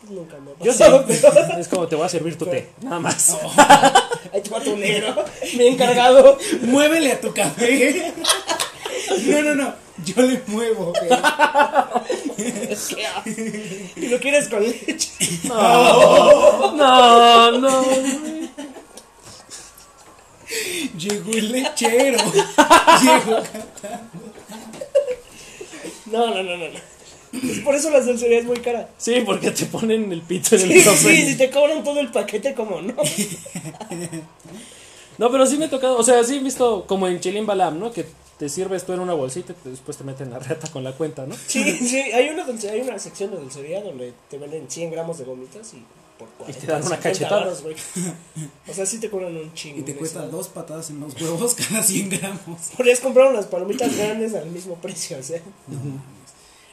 Speaker 2: pues Nunca me ha
Speaker 1: Yo sé.
Speaker 2: pasado, pero-
Speaker 1: es como te voy a servir tu té. Nada más.
Speaker 2: Ahí te va tu negro. Me he encargado.
Speaker 3: ¡Muévele a tu café! No, no, no. Yo le muevo. güey.
Speaker 2: Y lo quieres con leche.
Speaker 1: No, no.
Speaker 3: Llegó el lechero. Llegó.
Speaker 2: No, no, no, no. no. Pues por eso la dulcería es muy cara.
Speaker 1: Sí, porque te ponen el pito en el
Speaker 2: Sí,
Speaker 1: café.
Speaker 2: sí, si te cobran todo el paquete, como no.
Speaker 1: No, pero sí me ha tocado. O sea, sí he visto como en Chilim Balam, ¿no? Que te sirves tú en una bolsita y te- después te meten la reta con la cuenta, ¿no?
Speaker 2: Sí, sí, hay una, dulce- hay una sección de dulcería donde te venden 100 gramos de gomitas y por 40,
Speaker 1: te dan una
Speaker 2: 50
Speaker 1: cachetada.
Speaker 2: varos, güey. O sea, sí te cobran un chingo.
Speaker 3: Y te
Speaker 2: en
Speaker 3: cuesta
Speaker 2: eso.
Speaker 3: dos patadas en los huevos cada 100 gramos.
Speaker 2: Podrías comprar unas palomitas grandes al mismo precio, o sea.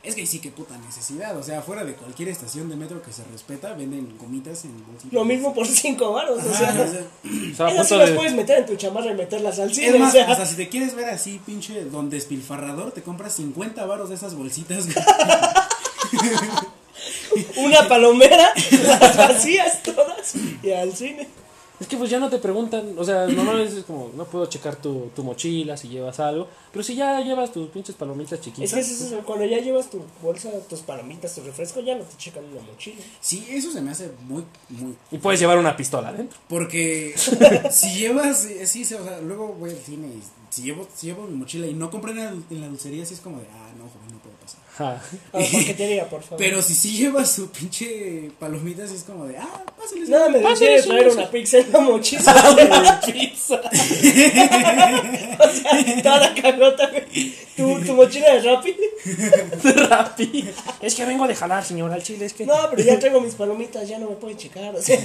Speaker 3: Es que sí, qué puta necesidad. O sea, fuera de cualquier estación de metro que se respeta, venden gomitas en bolsitas. Ah,
Speaker 2: Lo mismo por 5 varos, o
Speaker 3: Ajá, o
Speaker 2: sea.
Speaker 3: sea,
Speaker 1: O sea, a
Speaker 2: Esas sí
Speaker 1: punto
Speaker 2: las
Speaker 1: de-
Speaker 2: puedes meter en tu chamarra y meterlas al cine,
Speaker 3: es más,
Speaker 2: o sea.
Speaker 3: o sea, si te quieres ver así, pinche don despilfarrador, te compras 50 varos de esas bolsitas. güey.
Speaker 2: una palomera, las vacías todas y al cine.
Speaker 1: Es que pues ya no te preguntan, o sea, normalmente es como, no puedo checar tu, tu mochila si llevas algo, pero si ya llevas tus pinches palomitas
Speaker 2: Es
Speaker 1: chiquitas.
Speaker 2: que es eso, cuando ya llevas tu bolsa, tus palomitas, tu refresco, ya no te checan una mochila.
Speaker 3: Sí, eso se me hace muy, muy.
Speaker 1: Y puedes llevar una pistola adentro.
Speaker 3: Porque si llevas, eh, sí, sí, o sea, luego voy al cine y si llevo, si llevo mi mochila y no compré en la, en la dulcería, sí es como de, ah, no, joven, no puedo pasar.
Speaker 1: Ja.
Speaker 2: A la paquetería, Ah, por favor.
Speaker 3: Pero si sí llevas su pinche palomita, sí es como de, ah, pásale. Ah, sí.
Speaker 2: Nada me decía de
Speaker 1: Pásenles
Speaker 2: traer
Speaker 1: un
Speaker 2: una pizza en la mochila.
Speaker 1: Pizza.
Speaker 2: o sea, toda la cagota, güey. Tu, tu mochila de Rappi.
Speaker 1: Rappi. Es que vengo de jalar, señora, al chile, es que...
Speaker 2: No, pero ya traigo mis palomitas, ya no me pueden checar. O sea,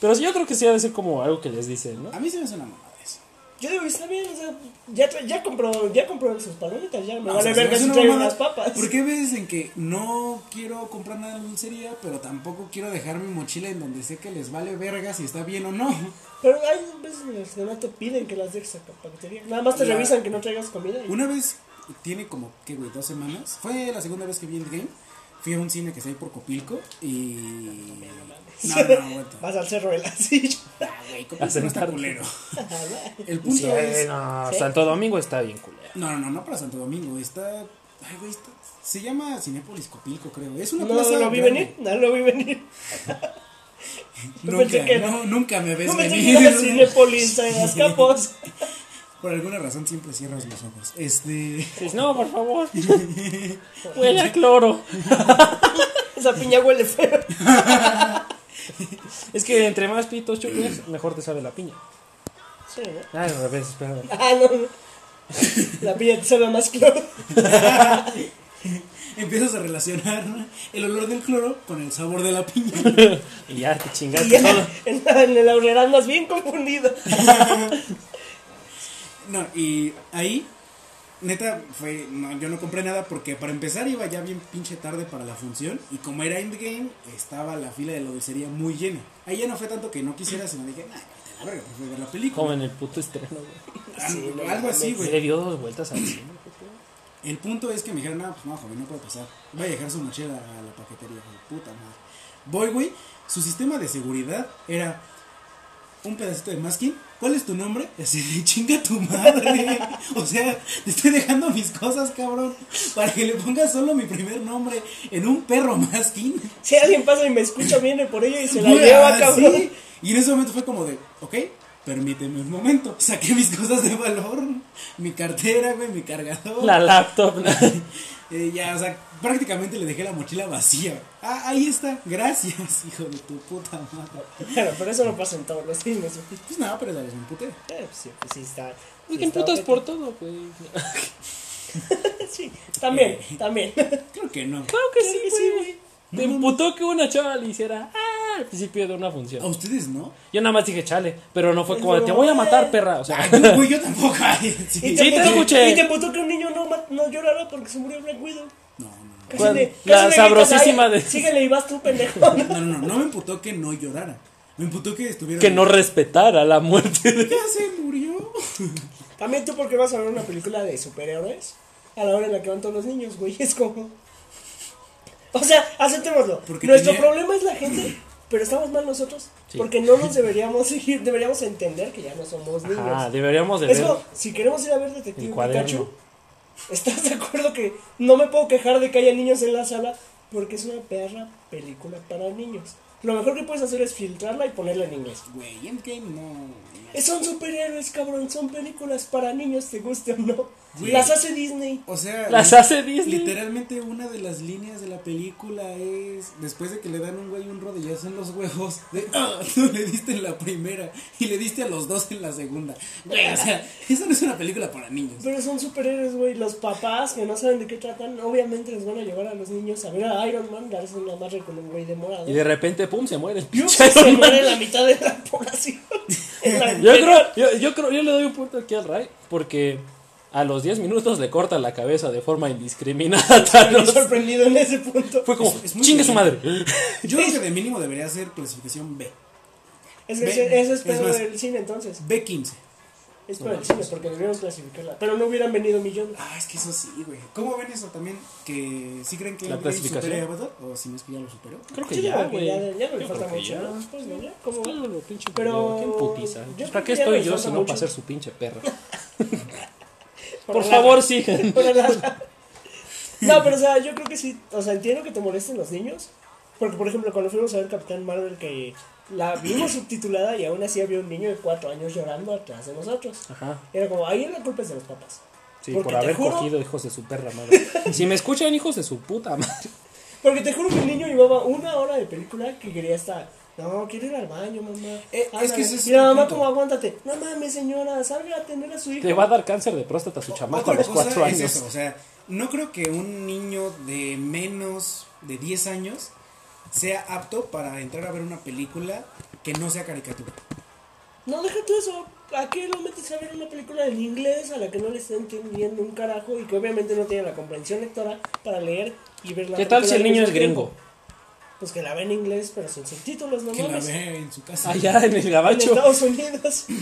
Speaker 1: Pero sí, yo creo que sí ha de ser como algo que les dicen, ¿no?
Speaker 3: A mí se me hace una mamada eso.
Speaker 2: yo digo, está bien, o sea, ya, tra- ya compró, ya compró sus palomitas, ya me
Speaker 3: O
Speaker 2: vale
Speaker 3: sea, se me
Speaker 2: verga
Speaker 3: hace
Speaker 2: si
Speaker 3: una
Speaker 2: traigo
Speaker 3: mamada,
Speaker 2: unas papas.
Speaker 3: Porque hay veces en que no quiero comprar nada en la dulcería, pero tampoco quiero dejar mi mochila en donde sé que les vale verga si está bien o no.
Speaker 2: Pero hay veces en las que no te piden que las dejes a la paquetería. Nada más te
Speaker 3: La-
Speaker 2: revisan que no traigas comida. y-
Speaker 3: Una vez, tiene como, ¿qué, güey? Dos semanas. Fue la segunda vez que vi el game. Fui a un cine que está ahí por Copilco y. No, no, aguanta.
Speaker 2: Vas al cerro de la silla.
Speaker 3: Ah, güey, Copilco no está
Speaker 1: sentarte.
Speaker 3: culero. El
Speaker 1: Sí,
Speaker 3: punto es.
Speaker 1: no, Santo Domingo está bien culero.
Speaker 3: No, no, no, no para Santo Domingo. Está. Ay, güey, está- Se llama Cinépolis Copilco, creo. Es una
Speaker 2: No
Speaker 3: plaza.
Speaker 2: lo vi
Speaker 3: grande.
Speaker 2: venir, no lo vi venir. pensé
Speaker 3: Nunca,
Speaker 2: que-
Speaker 3: no, nunca me ves
Speaker 2: No me
Speaker 3: Pues venir.
Speaker 2: tenía Cinepolis en las capos.
Speaker 3: Por alguna razón siempre cierras los ojos. Este.
Speaker 1: Dices, no, por favor. Huele a cloro.
Speaker 2: Esa piña huele feo.
Speaker 1: Es que entre más pitos chupes, mejor te sabe la piña.
Speaker 2: Sí, ¿no?
Speaker 1: Ah, al revés, espérame.
Speaker 2: Ah, no, no. La piña te sabe a más cloro.
Speaker 3: Empiezas a relacionar el olor del cloro con el sabor de la piña.
Speaker 1: Y ya te
Speaker 2: Y
Speaker 1: chingaste
Speaker 2: ya,
Speaker 1: todo.
Speaker 2: en, la- en el aurrera andas bien confundido.
Speaker 3: No, y ahí, neta, fue. no, yo no compré nada porque para empezar iba ya bien pinche tarde para la función. Y como era endgame, estaba la fila de la dulcería muy llena. Ahí ya no fue tanto que no quisiera, sino dije, nah, vete a la verga, prefiero ver la película.
Speaker 1: Como en el puto estreno, güey.
Speaker 3: Ah,
Speaker 2: Sí, no
Speaker 3: algo así,
Speaker 1: Se
Speaker 3: güey.
Speaker 1: le dio dos vueltas al cine.
Speaker 3: El punto es que me dijeron, no, pues no, joven, no puede pasar. Voy a dejar su mochila a la paquetería, güey, puta madre. Voy, güey, su sistema de seguridad era un pedacito de masking. ¿Cuál es tu nombre? Y Así de chinga tu madre. o sea, te estoy dejando mis cosas, cabrón. Para que le pongas solo mi primer nombre en un perro masking.
Speaker 2: Si alguien pasa y me escucha, viene por ella y se la
Speaker 1: Ah,
Speaker 3: Güey,
Speaker 2: lleva,
Speaker 3: así.
Speaker 2: cabrón.
Speaker 3: Y en ese momento fue como de, ok, permíteme un momento. Saqué mis cosas de valor. Mi cartera, güey, mi cargador.
Speaker 1: La laptop. ¿no?
Speaker 3: Eh, ya, o sea, prácticamente le dejé la mochila vacía. Ah, ahí está, gracias, hijo de tu puta madre.
Speaker 2: Bueno, pero eso no pasa en todos los filmes. güey.
Speaker 3: Pues nada, pero la desemputé.
Speaker 2: Eh, pues sí, pues sí está.
Speaker 1: Es
Speaker 2: sí
Speaker 1: que
Speaker 2: está
Speaker 1: emputas
Speaker 2: ojete.
Speaker 1: por todo, güey.
Speaker 2: Sí, también,
Speaker 1: Eh.
Speaker 2: también.
Speaker 3: Creo que no.
Speaker 1: Claro que
Speaker 2: Claro
Speaker 1: sí,
Speaker 2: que sí,
Speaker 1: güey. Te emputó que una chava le hiciera. ¡Ah! al principio de una función.
Speaker 3: ¿A ustedes no?
Speaker 1: Yo nada más dije, chale, pero no fue
Speaker 2: Ay,
Speaker 1: como,
Speaker 2: no,
Speaker 1: te voy a matar,
Speaker 2: eh.
Speaker 1: perra. O sea,
Speaker 3: Ay, yo, güey, yo tampoco. Ay,
Speaker 2: Y
Speaker 3: sí.
Speaker 1: Sí, te
Speaker 2: emputó-
Speaker 1: escuché.
Speaker 2: Y te emputó que un niño no, ma- no llorara porque se murió Black Widow.
Speaker 3: No, no.
Speaker 2: Casi
Speaker 1: Bueno,
Speaker 2: le- casi
Speaker 1: la
Speaker 2: le gritas,
Speaker 1: sabrosísima
Speaker 2: "Ay,
Speaker 1: de-
Speaker 2: Síguele y vas tú, pendejo.
Speaker 3: No, no, no. No me imputó que no llorara. Me imputó que estuviera.
Speaker 1: que no respetara la muerte de...
Speaker 3: Ya se murió.
Speaker 2: También tú porque vas a ver una película de superhéroes a la hora en la que van todos los niños, güey, es como... O sea, aceptémoslo.
Speaker 3: Porque
Speaker 2: Nuestro
Speaker 3: tenía-
Speaker 2: problema es la gente, pero estamos mal nosotros.
Speaker 1: Sí.
Speaker 2: Porque no nos deberíamos seguir, deberíamos entender que ya no somos niños.
Speaker 1: Ah, deberíamos de
Speaker 2: es
Speaker 1: ver
Speaker 2: como, si queremos ir a ver
Speaker 1: el
Speaker 2: Detective
Speaker 1: cuaderno.
Speaker 2: Pikachu, ¿estás de acuerdo que no me puedo quejar de que haya niños en la sala? Porque es una perra película para niños. Lo mejor que puedes hacer es filtrarla y ponerla en inglés.
Speaker 3: Güey, Endgame no.
Speaker 2: Eh, Son superhéroes, cabrón. Son películas para niños, te guste o no.
Speaker 3: Sí.
Speaker 2: Las hace Disney.
Speaker 3: O sea.
Speaker 1: Las
Speaker 3: li-
Speaker 1: hace Disney.
Speaker 3: Literalmente una de las líneas de la película es después de que le dan un güey un rodillazo en los huevos, de, "Ah, no le diste en la primera y le diste a los dos en la segunda. Güey, o sea, esa no es una película para niños.
Speaker 2: Pero son superhéroes, güey. Los papás que no saben de qué tratan, obviamente les van a llevar a los niños a ver a Iron Man darse una madre con un güey de morado.
Speaker 1: Y de repente, pum, se muere. el
Speaker 2: Dios,
Speaker 1: pinche
Speaker 2: se
Speaker 1: Iron Man.
Speaker 2: muere la mitad de la población. En la-
Speaker 1: Yo creo, yo, yo creo, yo le doy un punto aquí al Ray, porque a los 10 minutos le cortan la cabeza de forma indiscriminada a
Speaker 2: Me he
Speaker 1: Thanos.
Speaker 2: sorprendido en ese punto.
Speaker 1: Fue como,
Speaker 3: Es- es muy
Speaker 1: chingue su madre.
Speaker 3: Yo creo que de mínimo debería ser clasificación B.
Speaker 2: Es que
Speaker 3: Ve-
Speaker 2: ese, ese es
Speaker 3: es
Speaker 2: pedo
Speaker 3: más-
Speaker 2: del cine, entonces.
Speaker 3: B15.
Speaker 2: Es para el cine, porque debíamos clasificarla. Pero no hubieran venido millones.
Speaker 3: Ah, es que eso sí, güey. ¿Cómo ven eso también? ¿Que sí creen que
Speaker 1: ¿La
Speaker 3: Endgame
Speaker 1: clasificación?
Speaker 3: supere a Avatar? ¿O si no es que ya lo superó?
Speaker 1: Creo
Speaker 2: Yo
Speaker 1: que
Speaker 2: digo
Speaker 1: ya,
Speaker 2: que
Speaker 1: güey.
Speaker 2: ya, ya no le
Speaker 1: Yo
Speaker 2: falta
Speaker 1: creo que
Speaker 2: mucho,
Speaker 1: ya.
Speaker 2: ¿no? Pues, ¿no? Ya, como-
Speaker 1: Claro, lo pinche
Speaker 2: Pero-
Speaker 1: video, qué putiza.
Speaker 2: yo
Speaker 1: Pues,
Speaker 2: creo
Speaker 1: ¿Para
Speaker 2: que
Speaker 1: qué
Speaker 2: ya
Speaker 1: estoy
Speaker 2: nos
Speaker 1: yo
Speaker 2: falta
Speaker 1: si no
Speaker 2: mucho.
Speaker 1: para ser su pinche perra?
Speaker 2: Por
Speaker 1: Por
Speaker 2: la-
Speaker 1: favor, sigan.
Speaker 2: Por la- No, pero o sea, yo creo que sí. O sea, entiendo que te molesten los niños. Porque, por ejemplo, cuando fuimos a ver Capitán Marvel, que la vimos subtitulada y aún así había un niño de cuatro años llorando atrás de nosotros.
Speaker 1: Ajá.
Speaker 2: Era como, ahí la culpa es de los papás.
Speaker 1: Sí,
Speaker 2: Porque
Speaker 1: por
Speaker 2: te
Speaker 1: haber
Speaker 2: juro-
Speaker 1: cogido hijos de su perra madre. Si me escuchan hijos de su puta madre.
Speaker 2: Porque te juro que el niño llevaba una hora de película que quería estar. No, quiero ir al baño, mamá.
Speaker 3: Eh, es
Speaker 2: Ándale".
Speaker 3: que ese es
Speaker 2: Y la
Speaker 3: el
Speaker 2: mamá,
Speaker 3: punto.
Speaker 2: como aguántate. No mames, señora, salga a tener a su hijo.
Speaker 1: Le va a dar cáncer de próstata a su chamaco a
Speaker 3: Otra
Speaker 1: los
Speaker 3: cosa
Speaker 1: cuatro
Speaker 3: es
Speaker 1: años.
Speaker 3: eso, o sea, no creo que un niño de menos de 10 años sea apto para entrar a ver una película que no sea caricatura.
Speaker 2: No, déjate eso. ¿A qué lo metes a ver una película en inglés a la que no le está entendiendo un carajo y que obviamente no tiene la comprensión lectora para leer y ver la
Speaker 1: ¿Qué tal
Speaker 2: película
Speaker 1: si el
Speaker 2: al
Speaker 1: niño es
Speaker 2: mismo tiempo?
Speaker 1: gringo?
Speaker 2: Pues que la ve en inglés, pero sin subtítulos, no
Speaker 3: Que la
Speaker 2: mames. Ah, En
Speaker 3: vea en su casa.
Speaker 1: Allá en el gabacho.
Speaker 2: Estados Unidos.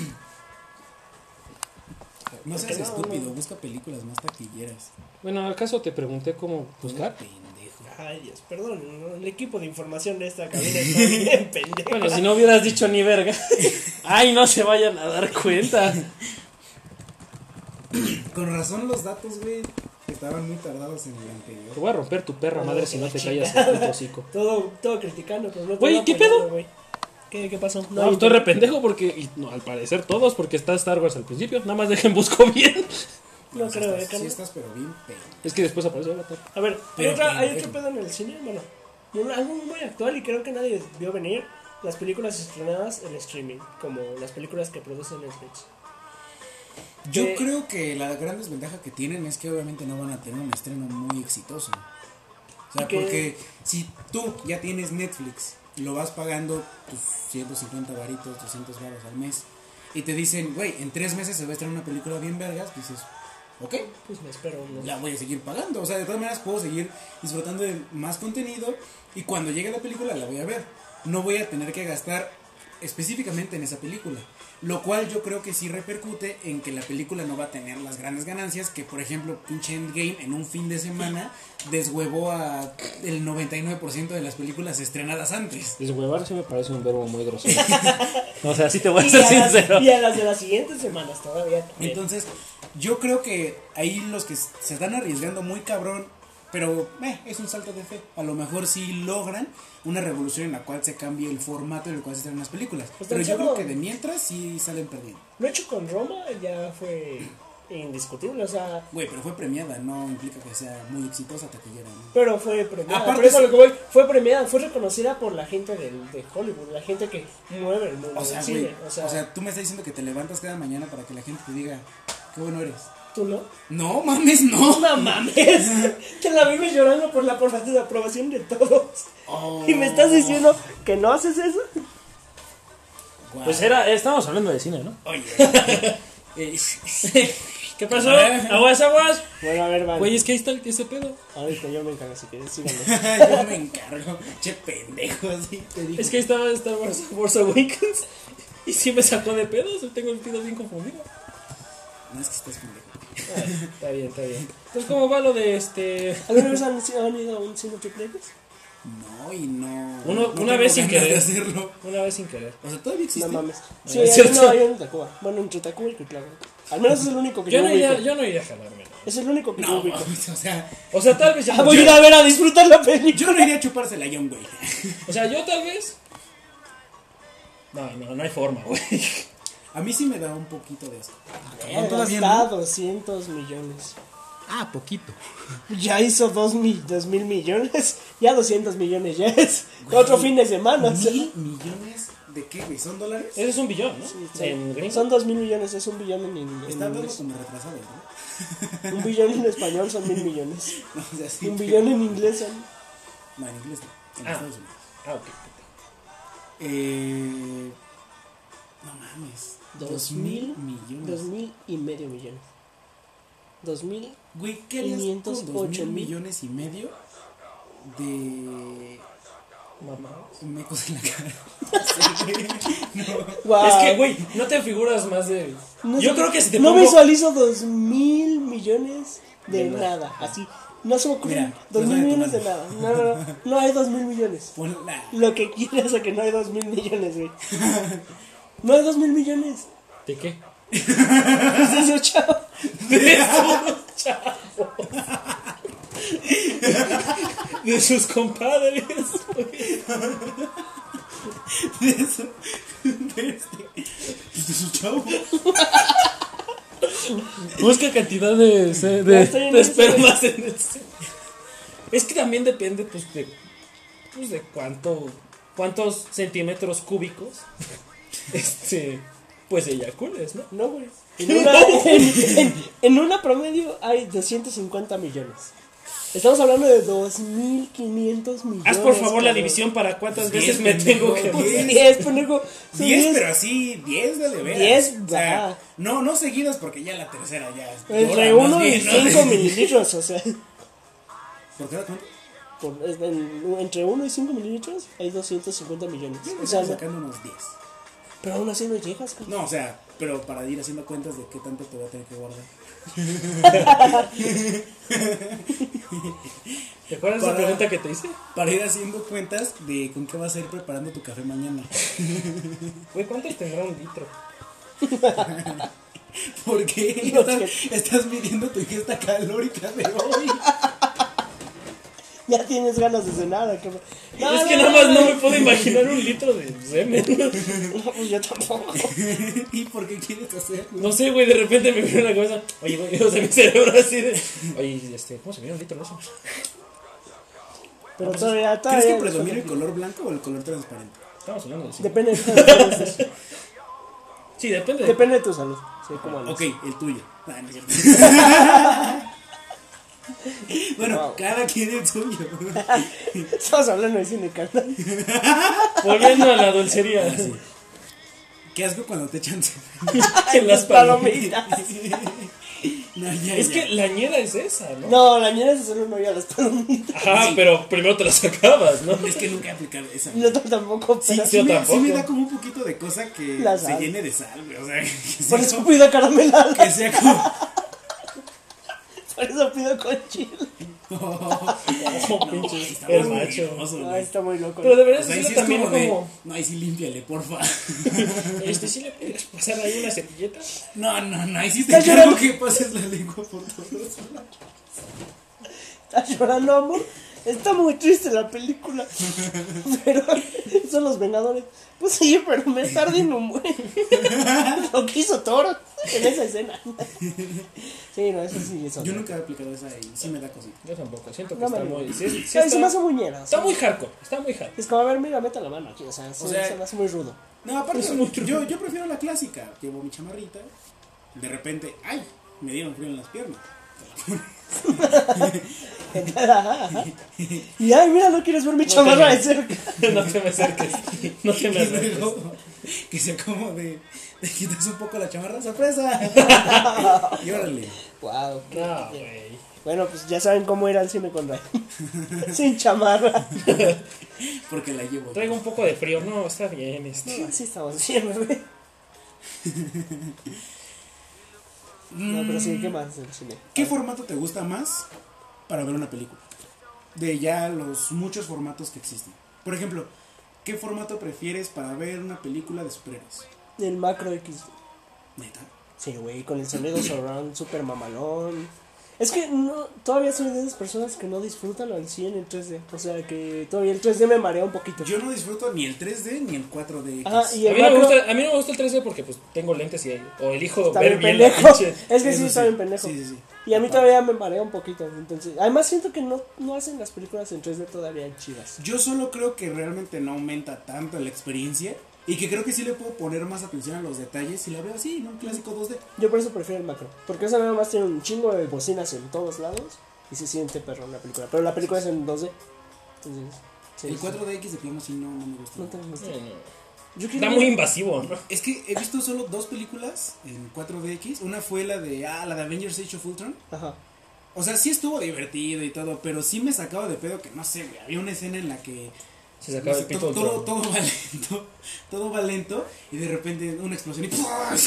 Speaker 3: No seas
Speaker 2: Porque no,
Speaker 3: estúpido,
Speaker 2: no.
Speaker 3: busca películas más taquilleras.
Speaker 1: Bueno, ¿acaso te pregunté cómo buscar?
Speaker 3: Pendejo.
Speaker 2: Ay, Dios, perdón. ¿no? El equipo de información de esta cabina está bien pendejo.
Speaker 1: Bueno, si no hubieras dicho ni verga. Ay, no se vayan a dar cuenta.
Speaker 3: Con razón los datos, güey, estaban muy tardados en el
Speaker 1: Te
Speaker 3: anterior.
Speaker 1: voy a romper tu perra
Speaker 2: No,
Speaker 1: madre
Speaker 2: que
Speaker 1: si no
Speaker 2: la
Speaker 1: te
Speaker 2: chingada.
Speaker 1: callas el puto hocico.
Speaker 2: Todo, todo criticando, pero no te
Speaker 1: Güey,
Speaker 2: voy a
Speaker 1: ¿qué
Speaker 2: apoyar,
Speaker 1: pedo?
Speaker 2: güey. ¿Qué, ¿Qué pasó?
Speaker 1: No, estoy re pendejo porque, y no, al parecer todos, porque está Star Wars al principio. Nada más dejen busco bien.
Speaker 2: No
Speaker 3: O sea,
Speaker 2: creo, eh,
Speaker 3: estás- Sí
Speaker 2: Carlos.
Speaker 3: estás, pero bien pendejo.
Speaker 1: Es que después apareció Avatar.
Speaker 2: A ver, hay,
Speaker 3: Pero
Speaker 2: otra-
Speaker 3: que-
Speaker 2: hay otro pedo en el cine, bueno, un- algo muy actual y creo que nadie vio venir las películas estrenadas en streaming, como las películas que produce Netflix.
Speaker 3: Yo
Speaker 2: Eh,
Speaker 3: creo que la gran desventaja que tienen es que obviamente no van a tener un estreno muy exitoso. O sea,
Speaker 2: Y que-
Speaker 3: porque si tú ya tienes Netflix, lo vas pagando tus 150 varitos, 200 varos al mes, y te dicen, güey, en tres meses se va a estrenar una película bien vergas, pues dices, ok,
Speaker 2: Pues me espero, ¿no?
Speaker 3: la voy a seguir pagando. O sea, de todas maneras puedo seguir disfrutando de más contenido y cuando llegue la película la voy a ver. No voy a tener que gastar específicamente en esa película. Lo cual yo creo que sí repercute en que la película no va a tener las grandes ganancias que, por ejemplo, pinche Endgame en un fin de semana deshuevó a el 99% de las películas estrenadas antes.
Speaker 1: Deshuevar sí me parece un verbo muy grosero. o sea, sí te voy a
Speaker 2: Y
Speaker 1: ser
Speaker 2: a,
Speaker 1: sincero.
Speaker 2: las, y a las de las siguientes semanas todavía. también.
Speaker 3: Entonces, yo creo que ahí los que se están arriesgando muy cabrón, pero eh, es un salto de fe. A lo mejor sí logran una revolución en la cual se cambie el formato en el cual se estrenan las películas.
Speaker 2: Pues tan
Speaker 3: pero yo
Speaker 2: solo-
Speaker 3: creo que de mientras sí salen perdiendo.
Speaker 2: Lo hecho con Roma ya fue indiscutible, o sea,
Speaker 3: Güey, pero fue premiada, no implica que sea muy exitosa taquillera. ¿no?
Speaker 2: Pero fue premiada.
Speaker 3: Aparte
Speaker 2: por eso
Speaker 3: es-
Speaker 2: lo que voy, fue premiada, fue reconocida por la gente del- de Hollywood, la gente que mueve el mundo
Speaker 3: O sea,
Speaker 2: del cine.
Speaker 3: güey, o sea, tú me estás diciendo que te levantas cada mañana para que la gente te diga, qué bueno eres,
Speaker 2: ¿Tú no?
Speaker 3: No, mames, no.
Speaker 2: No mames. Te la vives llorando por la por- desaprobación de todos.
Speaker 3: Oh.
Speaker 2: Y me estás diciendo que no haces eso.
Speaker 3: Guau.
Speaker 1: Pues era, estábamos hablando de cine, ¿no?
Speaker 3: Oye. Eh,
Speaker 1: ¿Qué pasó?
Speaker 3: Ah.
Speaker 1: Aguas, aguas.
Speaker 2: Bueno, a ver, vale.
Speaker 1: Güey, es que ahí está el- ese pedo.
Speaker 2: Ahorita yo me encargo si quieres, síganme.
Speaker 3: Yo me encargo. Che, pendejo, así te digo.
Speaker 1: Es que ahí estaba Star Wars, Wars Awakens. Y sí me sacó de pedos. Tengo el pedo bien confundido.
Speaker 3: No es que estás pendejo.
Speaker 2: está bien, está bien.
Speaker 1: Entonces, ¿cómo va lo de este.?
Speaker 2: ¿Alguna vez han, han ido a un cine triplex?
Speaker 3: No, y no.
Speaker 1: Uno-
Speaker 3: no
Speaker 1: una
Speaker 3: tengo
Speaker 1: vez sin
Speaker 3: ganas de
Speaker 1: querer.
Speaker 3: hacerlo.
Speaker 1: Una vez sin querer.
Speaker 3: O sea, todavía existe.
Speaker 2: No mames. Sí,
Speaker 1: Ah,
Speaker 2: hay,
Speaker 1: es cierto.
Speaker 2: no, hay en Tacuba. Bueno, entre Tacuba y Cuitlagua. Al menos es el único que yo,
Speaker 1: Yo no
Speaker 2: ubico.
Speaker 1: iría, yo no iría a jalármelo.
Speaker 2: Es el único que yo
Speaker 3: No,
Speaker 2: ubico.
Speaker 3: mames, o sea,
Speaker 1: O sea, tal vez ya.
Speaker 2: Ah, voy a ir a ver a disfrutar la película.
Speaker 3: yo no iría a chupársela a John, güey.
Speaker 1: O sea, yo tal vez. No, no, no hay forma, güey.
Speaker 3: A mí sí me da un poquito de asco.
Speaker 2: He
Speaker 3: Todavía
Speaker 2: gastado 200 millones.
Speaker 3: Ah, poquito.
Speaker 2: Ya hizo 2 mil millones. Ya 200 millones ya es. Cuatro fines de semana. o sea.
Speaker 3: ¿Mil millones de qué, güey? ¿Son dólares?
Speaker 1: Ese es un billón, ¿no?
Speaker 2: Sí,
Speaker 1: En
Speaker 2: son-
Speaker 1: gringo.
Speaker 2: Son 2 mil millones, es un billón en, en
Speaker 3: Está hablando
Speaker 2: inglés.
Speaker 3: como retrasado, ¿no?
Speaker 2: Un billón en español son mil millones.
Speaker 3: O sea, sí.
Speaker 2: Un billón en inglés son.
Speaker 3: No, en inglés no. En
Speaker 1: Ah.
Speaker 3: Estados Unidos.
Speaker 1: Ah, ok.
Speaker 3: Eh. No mames.
Speaker 2: Dos
Speaker 3: Dos mil
Speaker 2: mil- Dos
Speaker 3: millones.
Speaker 2: mil y medio millones. Dos mil.
Speaker 3: Güey, ¿qué harías con dos
Speaker 2: 508
Speaker 3: mil
Speaker 2: mil?
Speaker 3: millones y medio de.
Speaker 1: Mamá.
Speaker 3: mecos en la cara? Sí, güey. no.
Speaker 2: Guau.
Speaker 1: Es que, güey, no te figuras más de.
Speaker 2: Ah, No
Speaker 1: yo
Speaker 2: sé-
Speaker 1: creo que si te
Speaker 2: No
Speaker 1: pongo.
Speaker 2: visualizo dos mil millones de,
Speaker 1: De nada.
Speaker 2: nada. Así. No se me ocurren
Speaker 3: Mira,
Speaker 2: dos
Speaker 3: no
Speaker 2: mil
Speaker 3: sabe
Speaker 2: millones de
Speaker 3: tomar.
Speaker 2: nada. No, no, no. No hay dos mil millones.
Speaker 3: Ponla.
Speaker 2: Lo que quieras a que no hay dos mil millones, güey. No hay dos mil millones. Pues
Speaker 1: ¿De qué?
Speaker 2: Es eso, chavo.
Speaker 1: De esos chavos. De sus compadres.
Speaker 3: De eso. De este. Pues de su chavo.
Speaker 1: Busca cantidad de, de,
Speaker 2: Ya estoy en
Speaker 1: de
Speaker 2: eso.
Speaker 1: espermas en el semen. Es que también depende, pues, de. Pues de cuánto. cuántos centímetros cúbicos. Este. Pues eyacules, ¿no?
Speaker 2: No, güey. En una, en, en- en una promedio hay 250 millones. Estamos hablando de 2.500 millones.
Speaker 1: Haz por favor la
Speaker 2: cabrón.
Speaker 1: división para cuántas
Speaker 3: Diez,
Speaker 1: veces me tengo que.
Speaker 3: pendejo.
Speaker 1: morir.
Speaker 2: 10, pendejo. Son
Speaker 3: 10,
Speaker 2: diez.
Speaker 3: pero así, 10 de de veras.
Speaker 2: Diez,
Speaker 3: O sea,
Speaker 2: ajá.
Speaker 3: no, no seguidas porque ya la tercera ya.
Speaker 2: Entre
Speaker 3: llora más
Speaker 2: 1 y
Speaker 3: bien, ¿no?
Speaker 2: 5 mililitros, o sea.
Speaker 3: ¿Por qué da cuenta?
Speaker 2: por- es- en- entre 1 y 5 mililitros hay 250 millones.
Speaker 3: Yo me
Speaker 2: O sea,
Speaker 3: estaba
Speaker 2: no-
Speaker 3: sacando unos 10.
Speaker 2: pero aún así no llegas, cabrón.
Speaker 3: No, o sea, pero para ir haciendo cuentas de qué tanto te voy a tener que guardar.
Speaker 1: ¿Te acuerdas de la
Speaker 3: Para-
Speaker 1: pregunta que te hice?
Speaker 3: Para ir haciendo cuentas de con qué vas a ir preparando tu café mañana.
Speaker 1: Güey, ¿cuántos tendrá un litro?
Speaker 3: ¿Por qué
Speaker 2: No,
Speaker 3: estás,
Speaker 2: es
Speaker 3: estás midiendo tu ingesta calórica de hoy?
Speaker 2: Ya tienes ganas de cenar, cabrón.
Speaker 1: es que nada más no me puedo imaginar un litro de semen.
Speaker 2: No, pues yo tampoco.
Speaker 3: ¿Y por qué quieres hacerlo?
Speaker 1: No sé, güey, de repente me vino la cabeza. Oye, güey, o sea, mi cerebro así de. Oye, este, ¿cómo se mide un litro de eso?
Speaker 2: Pero todavía, todavía.
Speaker 3: ¿Crees que predomina el color blanco o el color transparente?
Speaker 1: Estamos hablando de sí.
Speaker 2: Depende de
Speaker 1: Sí, depende. de-
Speaker 2: Depende de tu salud. Sí, cómo andas.
Speaker 3: Ok, el tuyo. Ah, no es cierto. bueno,
Speaker 2: Wow.
Speaker 3: cada quien el suyo.
Speaker 2: Estamos hablando de cine, carnal.
Speaker 1: Volviendo a la dulcería.
Speaker 3: Qué asco cuando te echan.
Speaker 1: en las palomitas.
Speaker 3: no, ya,
Speaker 1: Es
Speaker 3: ya.
Speaker 1: que la ñera es esa, ¿no?
Speaker 2: No, la mierda es hacer un hoyo a las palomitas.
Speaker 1: Ajá, pero primero te la sacabas, ¿no?
Speaker 3: Es que nunca he aplicado esa.
Speaker 2: Yo tampoco,
Speaker 3: Sí,
Speaker 2: pero
Speaker 3: sí,
Speaker 1: yo
Speaker 3: me,
Speaker 1: tampoco.
Speaker 3: sí me da como un poquito de cosa que
Speaker 2: La
Speaker 3: se
Speaker 2: sal.
Speaker 3: llene de sal, güey. O sea, que sea,
Speaker 2: Por eso
Speaker 3: como,
Speaker 2: pido caramelada.
Speaker 3: que sea como-
Speaker 2: Por eso pido con chile.
Speaker 1: Oh,
Speaker 3: No,
Speaker 1: pinche
Speaker 3: está
Speaker 1: el
Speaker 3: muy
Speaker 1: macho.
Speaker 3: hermoso,
Speaker 2: Ay,
Speaker 3: güey.
Speaker 2: está muy loco.
Speaker 1: Pero
Speaker 3: O
Speaker 1: deberías
Speaker 3: sea, ahí
Speaker 1: decirlo
Speaker 3: sí es
Speaker 1: también
Speaker 3: como de,
Speaker 1: como.
Speaker 3: no, ahí sí límpiale, porfa.
Speaker 1: Este, ¿sí le puedes pasar ahí una servilleta?
Speaker 3: No, no, no, ahí sí te
Speaker 2: ¿Estás
Speaker 3: encargo
Speaker 2: llorando?
Speaker 3: que pases la lengua por todos lados.
Speaker 2: ¿Estás llorando, amor? Está muy triste la película. Pero son los Vengadores. Pues sí, pero me tardé en un buen. Lo que hizo Toro en esa escena. Sí, no, eso sí, eso.
Speaker 3: Yo nunca he aplicado esa y sí me da cosita.
Speaker 1: Yo tampoco, siento que
Speaker 2: No me
Speaker 1: está
Speaker 2: lo-
Speaker 1: muy. sí es- sí
Speaker 2: Ay, se me
Speaker 1: está,
Speaker 2: hace muy ñera, o sea.
Speaker 1: está muy hardcore, está muy hardcore.
Speaker 2: Es como, a ver, mira, meta la mano aquí. O sea,
Speaker 3: O
Speaker 2: eso-
Speaker 3: sea-
Speaker 2: se me hace muy rudo.
Speaker 3: No, aparte,
Speaker 1: Es muy true.
Speaker 3: yo, yo prefiero la clásica. Llevo mi chamarrita, de repente, ay, me dieron frío en las piernas.
Speaker 2: Y ay, mira, no quieres ver mi chamarra de cerca.
Speaker 1: no te me acerques. No te me
Speaker 3: Y
Speaker 1: acerques.
Speaker 3: luego, que se acomode, te quitas un poco la chamarra, sorpresa. y órale.
Speaker 2: Wow.
Speaker 1: No, güey.
Speaker 2: Bueno, pues ya saben cómo ir al cine con Ray. Sin chamarra.
Speaker 3: Porque la llevo.
Speaker 1: Traigo un poco de frío. No, está bien. Este.
Speaker 2: Así estamos bien, bebé. No, pero sí, Mm. ¿qué más del cine?
Speaker 3: ¿Qué formato te gusta más para ver una película? De ya los muchos formatos que existen. Por ejemplo, ¿qué formato prefieres para ver una película de superhéroes?
Speaker 2: El macro X.
Speaker 3: Neta.
Speaker 2: Sí, güey, con el sonido surround super mamalón. Es que no, todavía soy de esas personas que no disfrutan al 100 en 3D. O sea, que todavía el 3D me marea un poquito.
Speaker 3: Yo no disfruto ni el 3D ni el 4D.
Speaker 2: Ajá, y
Speaker 1: A
Speaker 2: el
Speaker 1: mí, no me
Speaker 2: macro
Speaker 1: gusta, a mí no me gusta el 3D porque pues tengo lentes y o elijo
Speaker 2: está
Speaker 1: ver
Speaker 2: bien
Speaker 1: bien la
Speaker 2: pendejo.
Speaker 1: pinche.
Speaker 2: Es que sí, está bien pendejo.
Speaker 3: Sí, sí, sí.
Speaker 2: Y a mí todavía me marea un poquito. Entonces, además siento que no, no hacen las películas en 3D todavía chidas.
Speaker 3: Yo solo creo que realmente no aumenta tanto la experiencia y que creo que sí le puedo poner más atención a los detalles si la veo así, en un clásico 2D.
Speaker 2: Yo por eso prefiero el macro. Porque esa nada más tiene un chingo de bocinas en todos lados. Y se siente perro la película. Pero la película es en 2D. Entonces, sí,
Speaker 3: El
Speaker 2: sí.
Speaker 3: 4DX de plano sí no, no me gusta.
Speaker 2: No te gusta. Yo quiero
Speaker 1: Está
Speaker 2: ver-
Speaker 1: muy invasivo, ¿no?
Speaker 3: Es que he visto solo dos películas en 4DX. Una fue la de ah, la de Avengers Age of Ultron.
Speaker 2: Ajá.
Speaker 3: O sea, sí estuvo divertido y todo, pero sí me sacaba de pedo que no sé, güey, había una escena en la que
Speaker 1: Se sacaba
Speaker 3: no sé,
Speaker 1: el pito.
Speaker 3: todo, todo, todo va lento, todo va lento y de repente una explosión y ¡pum!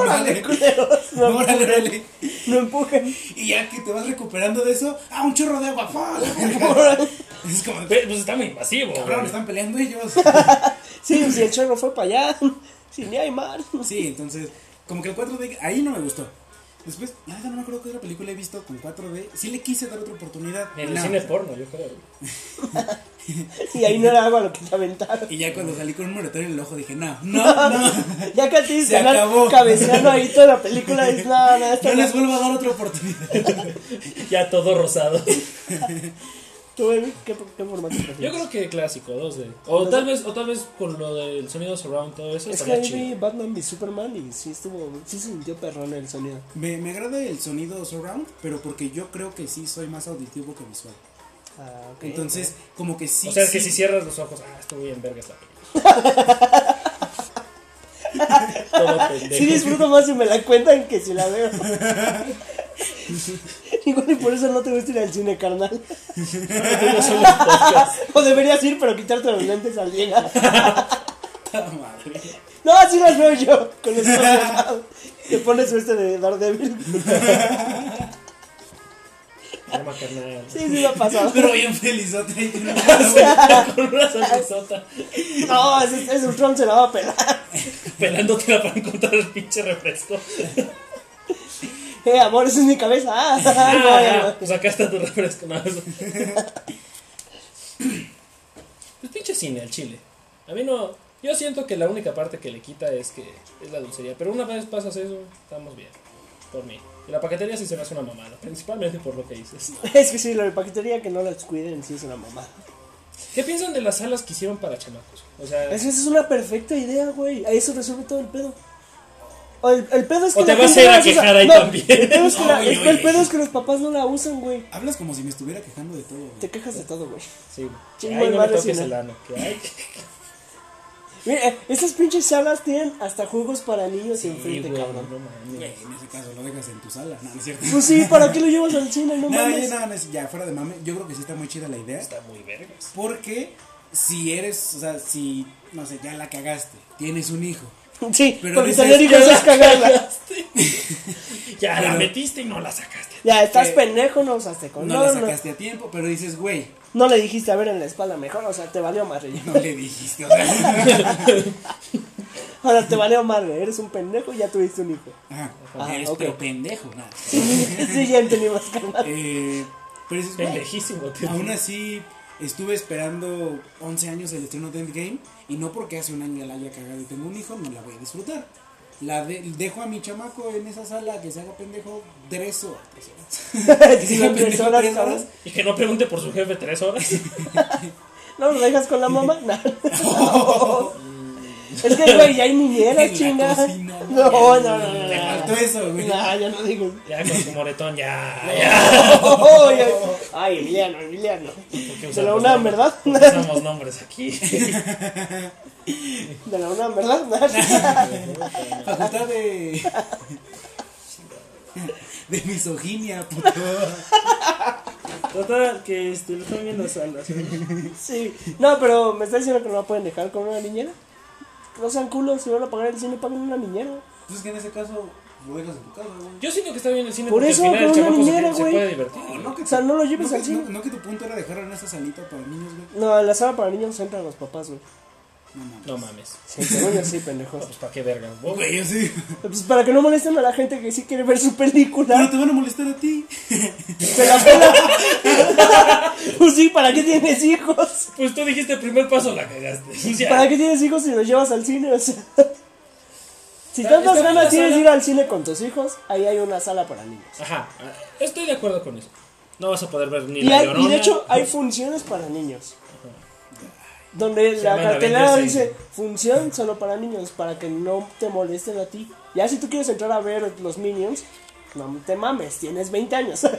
Speaker 2: ¡Órale, culeros! No,
Speaker 3: ¡Órale, órale!
Speaker 2: no empujen.
Speaker 3: Y ya que te vas recuperando de eso, ¡ah, un chorro de agua! ¡pum! La verga.
Speaker 2: Órale.
Speaker 3: Es como,
Speaker 1: Pero, pues está muy invasivo.
Speaker 3: cabrón,
Speaker 1: güey.
Speaker 3: están peleando ellos.
Speaker 2: Sí, si el chorro fue para allá. Si ni hay mar.
Speaker 3: Sí, entonces, como que el 4D, ahí no me gustó. Después, la verdad no me acuerdo qué otra película he visto con 4D. Sí le quise dar otra oportunidad.
Speaker 1: En el
Speaker 3: no.
Speaker 1: cine porno, yo creo. güey.
Speaker 2: Y ahí no era agua lo que te aventaron.
Speaker 3: Y ya cuando salí con un moretorio en el ojo dije, no, no, no.
Speaker 2: Ya que a ti
Speaker 3: Se
Speaker 2: ganar
Speaker 3: acabó.
Speaker 2: cabeceando ahí toda la película es nada, nada,
Speaker 3: No
Speaker 2: esto no.
Speaker 3: les vuelvo a dar otra oportunidad.
Speaker 1: Ya todo rosado.
Speaker 2: ¿Tú, Emi, qué, qué formato prefieres?
Speaker 1: Yo creo que clásico, 2D. O tal vez, o tal vez con lo del sonido surround, todo eso
Speaker 2: Pues, Es que
Speaker 1: estaría
Speaker 2: ahí vi
Speaker 1: chido.
Speaker 2: Batman v Superman y sí estuvo, sí se sintió perrón el sonido.
Speaker 3: Me, me agrada el sonido surround, pero porque yo creo que sí soy más auditivo que visual.
Speaker 2: Ah, ok.
Speaker 3: Entonces, como que sí.
Speaker 1: o sea, es que si cierras los ojos, ah, estuvo bien verga esta película. todo pendejo.
Speaker 2: Sí disfruto más si me la cuentan que si la veo. Igual y por eso no te gusta ir al cine, carnal. o deberías ir, pero quitarte los lentes al llegar.
Speaker 3: Puta madre.
Speaker 2: No, así las veo yo. Con los ojos cerrados. Te pones este de Daredevil.
Speaker 1: Arma carnal.
Speaker 2: Sí, sí, me ha pasado.
Speaker 3: Pero bien felizote. ahí en el-
Speaker 1: Con una sonrisota.
Speaker 2: No, ese, ese Ultron se la va a pelar.
Speaker 1: Pelándotela para encontrar el pinche refresco.
Speaker 2: Eh, amor, esa es mi cabeza. Ah,
Speaker 1: Ah,
Speaker 2: no, ya no.
Speaker 1: pues acá está tu refresco. No, eso. pues pinche cine al chile. A mí no. Yo siento que la única parte que le quita es que es la dulcería. Pero una vez pasas eso, estamos bien. Por mí. Y la paquetería sí se me hace una mamada. Principalmente por lo que dices.
Speaker 2: Es que sí, la de paquetería que no la descuiden, sí es una mamada.
Speaker 1: ¿Qué piensan de las salas que hicieron para chamacos? O sea,
Speaker 2: Es que esa es una perfecta idea, güey. Ahí eso resuelve todo el pedo. O el, el pedo es que
Speaker 1: O te
Speaker 2: la
Speaker 1: vas a ir
Speaker 2: gente no
Speaker 1: a
Speaker 2: las usa.
Speaker 1: quejar ahí
Speaker 2: No,
Speaker 1: también.
Speaker 2: El pedo, es que
Speaker 3: No,
Speaker 2: la-
Speaker 3: oye,
Speaker 2: el- el
Speaker 3: oye.
Speaker 2: pedo es que los papás no la usan, güey.
Speaker 3: Hablas como si me estuviera quejando de todo. güey.
Speaker 2: Te quejas de todo, güey.
Speaker 1: sí. Que,
Speaker 2: Chingo
Speaker 1: ay,
Speaker 2: de
Speaker 1: no me
Speaker 2: madre,
Speaker 1: toques
Speaker 2: sí, no.
Speaker 1: el ano. Que, ay,
Speaker 2: Mira, eh, esas pinches salas tienen hasta juegos para niños
Speaker 1: sí,
Speaker 2: enfrente,
Speaker 1: güey,
Speaker 2: cabrón.
Speaker 1: no mames.
Speaker 3: Güey, en ese caso lo dejas en tu sala. No, no es cierto.
Speaker 2: Pues sí, ¿para qué lo llevas al cine? No
Speaker 3: No, ya,
Speaker 2: mames.
Speaker 3: no, no, es- ya, fuera de mame, yo creo que sí está muy chida la idea.
Speaker 1: Está muy vergas.
Speaker 3: Porque si eres, o sea, si, no sé, ya la cagaste, tienes un hijo.
Speaker 2: Sí,
Speaker 3: Pero
Speaker 2: porque
Speaker 3: dices
Speaker 2: tener
Speaker 3: que
Speaker 2: hijos es cagarla.
Speaker 1: Cagaste. ya la
Speaker 3: Pero-
Speaker 1: metiste y no la sacaste.
Speaker 2: Ya, estás
Speaker 3: Que-
Speaker 2: pendejo, no usaste con.
Speaker 3: No,
Speaker 2: Pues No,
Speaker 3: la
Speaker 2: no, no,
Speaker 3: sacaste a tiempo, pero dices, güey,
Speaker 2: le dijiste a ver en la espalda mejor, o sea, te valió madre. ya.
Speaker 3: no le dijiste. O sea,
Speaker 2: Ahora te valió madre, eres un pendejo y ya tuviste un hijo.
Speaker 3: ajá,
Speaker 2: Ah,
Speaker 3: eres
Speaker 2: ok.
Speaker 3: pero pendejo, nada.
Speaker 2: Sí, ya entendí más calma.
Speaker 3: Eh, pero dices, güey,
Speaker 1: Pendejísimo, tío.
Speaker 3: aún así estuve esperando 11 años el estreno de Endgame y no porque hace un año la haya cagado y tengo un hijo, no la voy a disfrutar. La de- dejo a mi chamaco en esa sala que se haga pendejo tres horas. Tres horas. Que se haga
Speaker 2: Tres
Speaker 3: pendejo
Speaker 2: horas,
Speaker 3: tres horas.
Speaker 2: cabrón.
Speaker 1: Y que no pregunte por su jefe tres horas.
Speaker 2: ¿No lo dejas con la mamá? No. Es que, güey, ya hay niñeras,
Speaker 3: En la
Speaker 2: chinga.
Speaker 3: cocina,
Speaker 2: No, no, no, no,
Speaker 3: Te
Speaker 2: no,
Speaker 3: faltó eso, güey.
Speaker 2: Nah, ya no digo.
Speaker 4: Ya con su moretón, ya.
Speaker 2: Ay, Emiliano, Emiliano.
Speaker 4: ¿Por qué
Speaker 2: De la
Speaker 4: usamos
Speaker 2: UNAM,
Speaker 4: nombres?
Speaker 2: ¿verdad?
Speaker 4: ¿Por qué usamos nombres aquí.
Speaker 2: De la UNAM, ¿verdad?
Speaker 3: Facultad de. De misoginia, puto.
Speaker 4: Total, que este, lo están viendo salas.
Speaker 2: Sí. No, pero me está diciendo que no la pueden dejar con una niñera. No sean culos, si van a pagar el cine, paguen una niñera.
Speaker 3: Pues es que en ese caso, lo dejas en tu casa, güey.
Speaker 4: Yo siento que está bien el cine
Speaker 2: Por
Speaker 4: porque
Speaker 2: eso,
Speaker 4: al final el
Speaker 2: con una
Speaker 4: chamaco se-
Speaker 2: niñera,
Speaker 4: se,
Speaker 2: güey.
Speaker 4: puede divertir.
Speaker 3: No, que
Speaker 2: O sea, no lo lleves
Speaker 3: no,
Speaker 2: al
Speaker 3: que, no,
Speaker 2: cine.
Speaker 3: no que tu punto era dejarlo en esa salita para niños, güey.
Speaker 2: No, en la sala para niños entran los papás, güey.
Speaker 3: No mames.
Speaker 4: No mames.
Speaker 2: Sí, según yo sí, pendejos.
Speaker 4: Pues para qué vergas, vos.
Speaker 3: Oh, Güey, yo sí.
Speaker 2: Pues para que no molesten a la gente que sí quiere ver su
Speaker 3: Pero
Speaker 2: película.
Speaker 3: te van a molestar a ti.
Speaker 2: Se la pela. pues sí, ¿para qué tienes hijos?
Speaker 4: Pues tú dijiste el primer paso, la cagaste. O sea,
Speaker 2: ¿Para qué tienes hijos si los llevas al cine? O sea, si
Speaker 4: Está-
Speaker 2: tantas
Speaker 4: está
Speaker 2: ganas
Speaker 4: bien la
Speaker 2: tienes de
Speaker 4: sala.
Speaker 2: ir al cine con tus hijos, ahí hay una sala para niños.
Speaker 4: Ajá, estoy de acuerdo con eso. No vas a poder ver ni
Speaker 2: Y,
Speaker 4: la
Speaker 2: hay- y
Speaker 4: llorona.
Speaker 2: de hecho hay funciones para niños. Donde
Speaker 4: Se
Speaker 2: la
Speaker 4: llaman
Speaker 2: cartelera
Speaker 4: Avengers
Speaker 2: dice función solo para niños, para que no te molesten a ti. Ya si tú quieres entrar a ver los Minions, no te mames, tienes 20 años.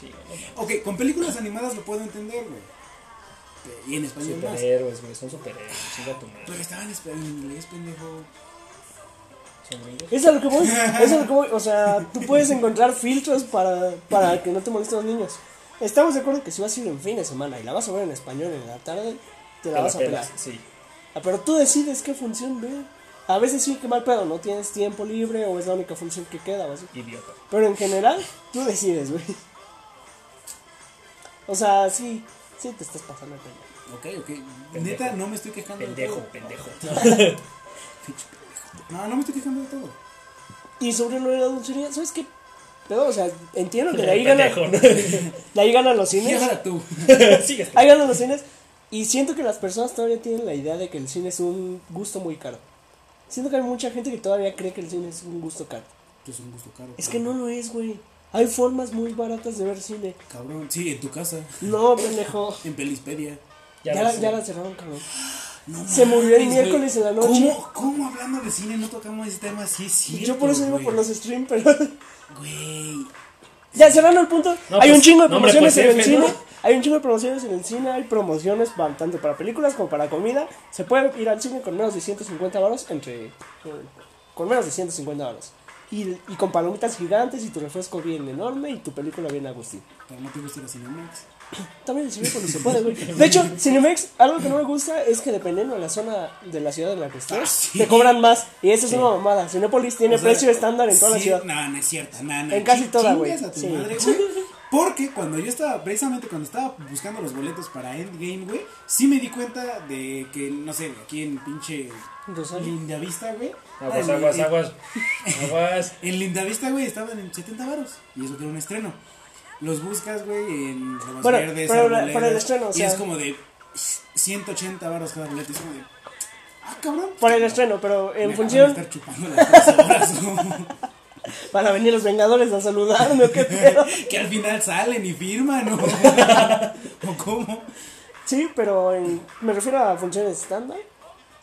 Speaker 4: Sí,
Speaker 3: Ok, con películas animadas lo puedo entender, güey. Y en español más.
Speaker 4: superhéroes, güey, son superhéroes. Chinga tu madre.
Speaker 3: Pero estaban esp- en inglés, pendejo.
Speaker 4: Son gringos.
Speaker 2: es a lo que voy, es a lo que voy. O sea, tú puedes encontrar filtros para, para que no te molesten los niños. Estamos de acuerdo que si vas a ir en fin de semana y la vas a ver en español en la tarde,
Speaker 4: Te
Speaker 2: te la
Speaker 4: la
Speaker 2: vas a pelar.
Speaker 4: pelas, Sí.
Speaker 2: Ah, pero tú decides qué función ver. A veces sí, que mal pedo, no tienes tiempo libre o es la única función que queda. o así.
Speaker 4: Idiota.
Speaker 2: Pero en general, tú decides, güey. O sea, sí, sí te estás pasando el pelo.
Speaker 3: Ok, ok. Neta, no me estoy quejando
Speaker 4: Pendejo,
Speaker 3: de todo.
Speaker 4: pendejo.
Speaker 3: Pinche pendejo. No, no me estoy quejando de todo.
Speaker 2: Y sobre lo de la dulcería, ¿sabes qué? Pero, o sea, entiendo que de ahí ganan,
Speaker 4: Pendejo.
Speaker 2: de ahí ganan los
Speaker 3: Y
Speaker 2: cines.
Speaker 3: ahora tú.
Speaker 4: Sigue.
Speaker 2: Ahí ganan los cines. Y siento que las personas todavía tienen la idea de que el cine es un gusto muy caro. Siento que hay mucha gente que todavía cree que el cine es un gusto caro.
Speaker 3: Es un gusto caro.
Speaker 2: Es que no lo es, güey. Hay formas muy baratas de ver cine.
Speaker 3: Cabrón, sí, en tu casa.
Speaker 2: No, pendejo.
Speaker 3: En Pelispedia.
Speaker 2: Ya,
Speaker 4: lo
Speaker 2: la,
Speaker 4: sé.
Speaker 2: ya la cerraron, cabrón.
Speaker 3: No
Speaker 2: Se murió el
Speaker 3: mames, güey.
Speaker 2: miércoles en la noche.
Speaker 3: ¿Cómo, ¿Cómo hablando de cine no tocamos ese tema? Sí, sí.
Speaker 2: Yo por eso digo por los stream, pero.
Speaker 3: Güey.
Speaker 2: ya cerrando el punto.
Speaker 4: No,
Speaker 2: hay un
Speaker 4: pues,
Speaker 2: chingo de
Speaker 4: no, hombre,
Speaker 2: promociones
Speaker 4: pues,
Speaker 2: en el
Speaker 4: F, ¿no?
Speaker 2: cine. Hay un chingo de promociones en el cine. Hay promociones pa- tanto para películas como para comida. Se puede ir al cine con menos de 150 baros. Entre. Con menos de 150 baros. Y, y con palomitas gigantes y tu refresco bien enorme y tu película bien agustín.
Speaker 3: Pero no te gusta la Cinemax.
Speaker 2: También el cine cuando se puede, güey. De hecho, Cinemex, algo que no me gusta es que dependiendo de la zona de la ciudad en la que estés,
Speaker 3: Ah, sí.
Speaker 2: te cobran más. Y esa es una mamada. Cinepolis tiene
Speaker 3: O sea,
Speaker 2: precio estándar en toda la
Speaker 3: sí,
Speaker 2: ciudad.
Speaker 3: No, no es cierto. No, no,
Speaker 2: En casi
Speaker 3: Ching-
Speaker 2: toda,
Speaker 3: chingas
Speaker 2: güey.
Speaker 3: a tu
Speaker 2: Sí.
Speaker 3: madre, güey. Porque cuando yo estaba, precisamente cuando estaba buscando los boletos para Endgame, güey, sí me di cuenta de que, no sé, aquí en pinche
Speaker 2: Rosario.
Speaker 3: Lindavista, güey.
Speaker 4: Aguas,
Speaker 3: ah, en-
Speaker 4: aguas,
Speaker 3: en-
Speaker 4: aguas. Aguas.
Speaker 3: En Lindavista, güey, estaban en 70 varos. Y eso que era un estreno. Los buscas, güey, en Rebos
Speaker 2: Bueno,
Speaker 3: Verdes,
Speaker 2: pero la-
Speaker 3: Arboledas,
Speaker 2: para el estreno, o
Speaker 3: Y
Speaker 2: sea.
Speaker 3: es como de 180 varos cada boleto. Y es como de. Ah, cabrón.
Speaker 2: Para el estreno, pero en
Speaker 3: Me acaban de
Speaker 2: función,
Speaker 3: estar chupando las tres horas, güey.
Speaker 2: para venir los Vengadores a saludarme o qué pedo.
Speaker 3: que al final salen y firman, ¿no? ¿O cómo?
Speaker 2: Sí, pero en- me refiero a funciones estándar.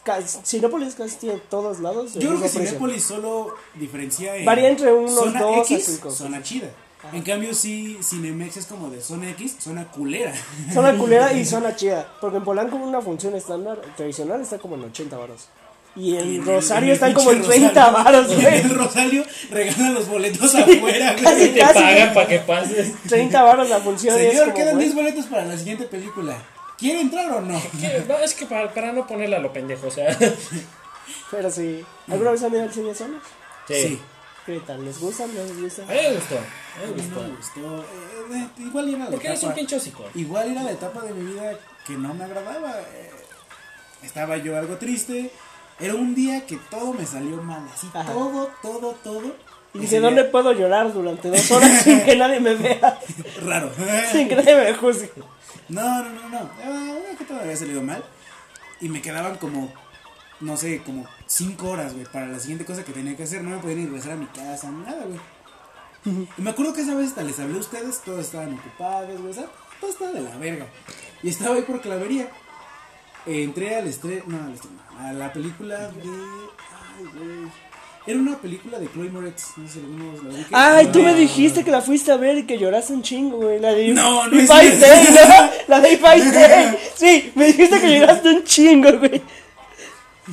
Speaker 2: Ca- Cinépolis casi tiene en todos lados. el
Speaker 3: Yo creo
Speaker 2: mismo
Speaker 3: que
Speaker 2: precio.
Speaker 3: Cinépolis solo diferencia en.
Speaker 2: Varía entre unos
Speaker 3: zona
Speaker 2: dos a
Speaker 3: X,
Speaker 2: cinco.
Speaker 3: Zona chida. En cambio, sí, Cinemex es como de zona X, zona culera.
Speaker 2: Zona culera y zona chida. Porque en Polanco una función estándar tradicional está como en 80 varos. Y
Speaker 3: Y
Speaker 2: en
Speaker 3: el-
Speaker 2: Rosario
Speaker 3: el
Speaker 2: están como en
Speaker 3: pinche
Speaker 2: 30
Speaker 3: Rosario-
Speaker 2: varos,
Speaker 3: y
Speaker 2: güey.
Speaker 3: El Rosario regala los boletos afuera,
Speaker 4: Y
Speaker 2: casi.
Speaker 3: güey.
Speaker 4: te pagan para que pases.
Speaker 2: 30 varos la función y es
Speaker 3: Señor,
Speaker 2: como,
Speaker 3: quedan
Speaker 2: güey,
Speaker 3: 10 boletos para la siguiente película. ¿Quiere entrar o no?
Speaker 4: ¿Qué? No, es que para, para no ponerla a lo pendejo, o sea.
Speaker 2: Pero sí. ¿Alguna vez han ido al cine solos?
Speaker 4: Sí.
Speaker 2: ¿Qué tal? ¿Les gusta? ¿No les gusta?
Speaker 4: A mí me gustó. A mí me
Speaker 3: A mí no
Speaker 4: gustó.
Speaker 3: me gustó. Eh, eh, igual era la
Speaker 4: Porque eres un
Speaker 3: etapa-
Speaker 4: pinche hocico.
Speaker 3: Igual era la etapa de mi vida que no me agradaba. eh, Estaba yo algo triste. Era un día que todo me salió mal, así
Speaker 2: Ajá.
Speaker 3: todo, todo, todo.
Speaker 2: Y
Speaker 3: Ese
Speaker 2: dice, ¿dónde
Speaker 3: día,
Speaker 2: puedo llorar durante dos horas sin que nadie me vea?
Speaker 3: Raro.
Speaker 2: sin que nadie me juzgue.
Speaker 3: No, no, no, no. Ah, Una que todavía había salido mal. Y me quedaban como, no sé, como cinco horas, güey, para la siguiente cosa que tenía que hacer. No me podía ni regresar a mi casa, ni nada, güey. Y me acuerdo que esa vez hasta les hablé a ustedes, todos estaban ocupados, güey, o sea, todo estaba de la verga. Y estaba ahí por clavería. Eh, entré al estreno, no, al estreno, a la película de. Ay, güey. Era una película de Chloe Moretz. No sé si algunos la ubican.
Speaker 2: Ay, tú me
Speaker 3: Ah.
Speaker 2: dijiste que la fuiste a ver y que lloraste un chingo, güey. La de
Speaker 3: No, no
Speaker 2: If
Speaker 3: es
Speaker 2: I
Speaker 3: cierto.
Speaker 2: Stay, ¿no? La de If I Stay. Sí, me dijiste que lloraste un chingo, güey.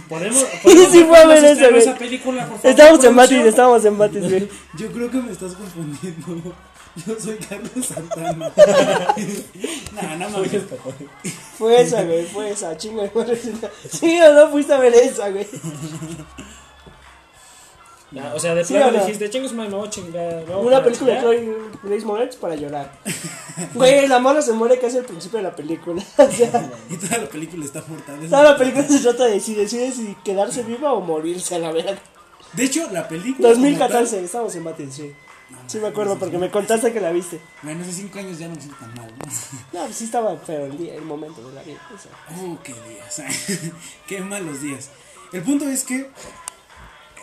Speaker 4: Ponemos.
Speaker 2: sí fue a
Speaker 4: ponemos
Speaker 2: ver
Speaker 4: este-
Speaker 2: ese, güey.
Speaker 4: esa película, por favor.
Speaker 2: Estábamos en Batis,
Speaker 4: producción.
Speaker 2: estábamos en Batis, güey.
Speaker 3: Yo creo que me estás confundiendo. Yo soy Carlos Santana. nah, no mames.
Speaker 2: Fue esa, güey, fue esa, chingo de madre. Sí o no fuiste a ver esa, güey.
Speaker 4: Ya, O sea, de
Speaker 2: Sí,
Speaker 4: plano
Speaker 2: o no.
Speaker 4: dijiste, chingas, man, no, chinga. no,
Speaker 2: Una
Speaker 4: para
Speaker 2: película de
Speaker 4: chingar".
Speaker 2: Chloe Grace Moretz para llorar. Güey, la morra se muere casi al principio de la película. O sea,
Speaker 3: Y toda la película está mortal. Es-
Speaker 2: toda la película se trata de si decides si quedarse viva o morirse a la verga.
Speaker 3: De hecho, la película. como tal-
Speaker 2: 2014, estábamos en Batis, sí. Sí me acuerdo porque me contaste que la viste.
Speaker 3: Bueno, hace 5 años ya no me siento tan mal. ¿no?
Speaker 2: No, pues sí estaba feo el día, el momento de la vida. o sea.
Speaker 3: Oh, qué días. qué malos días. El punto es que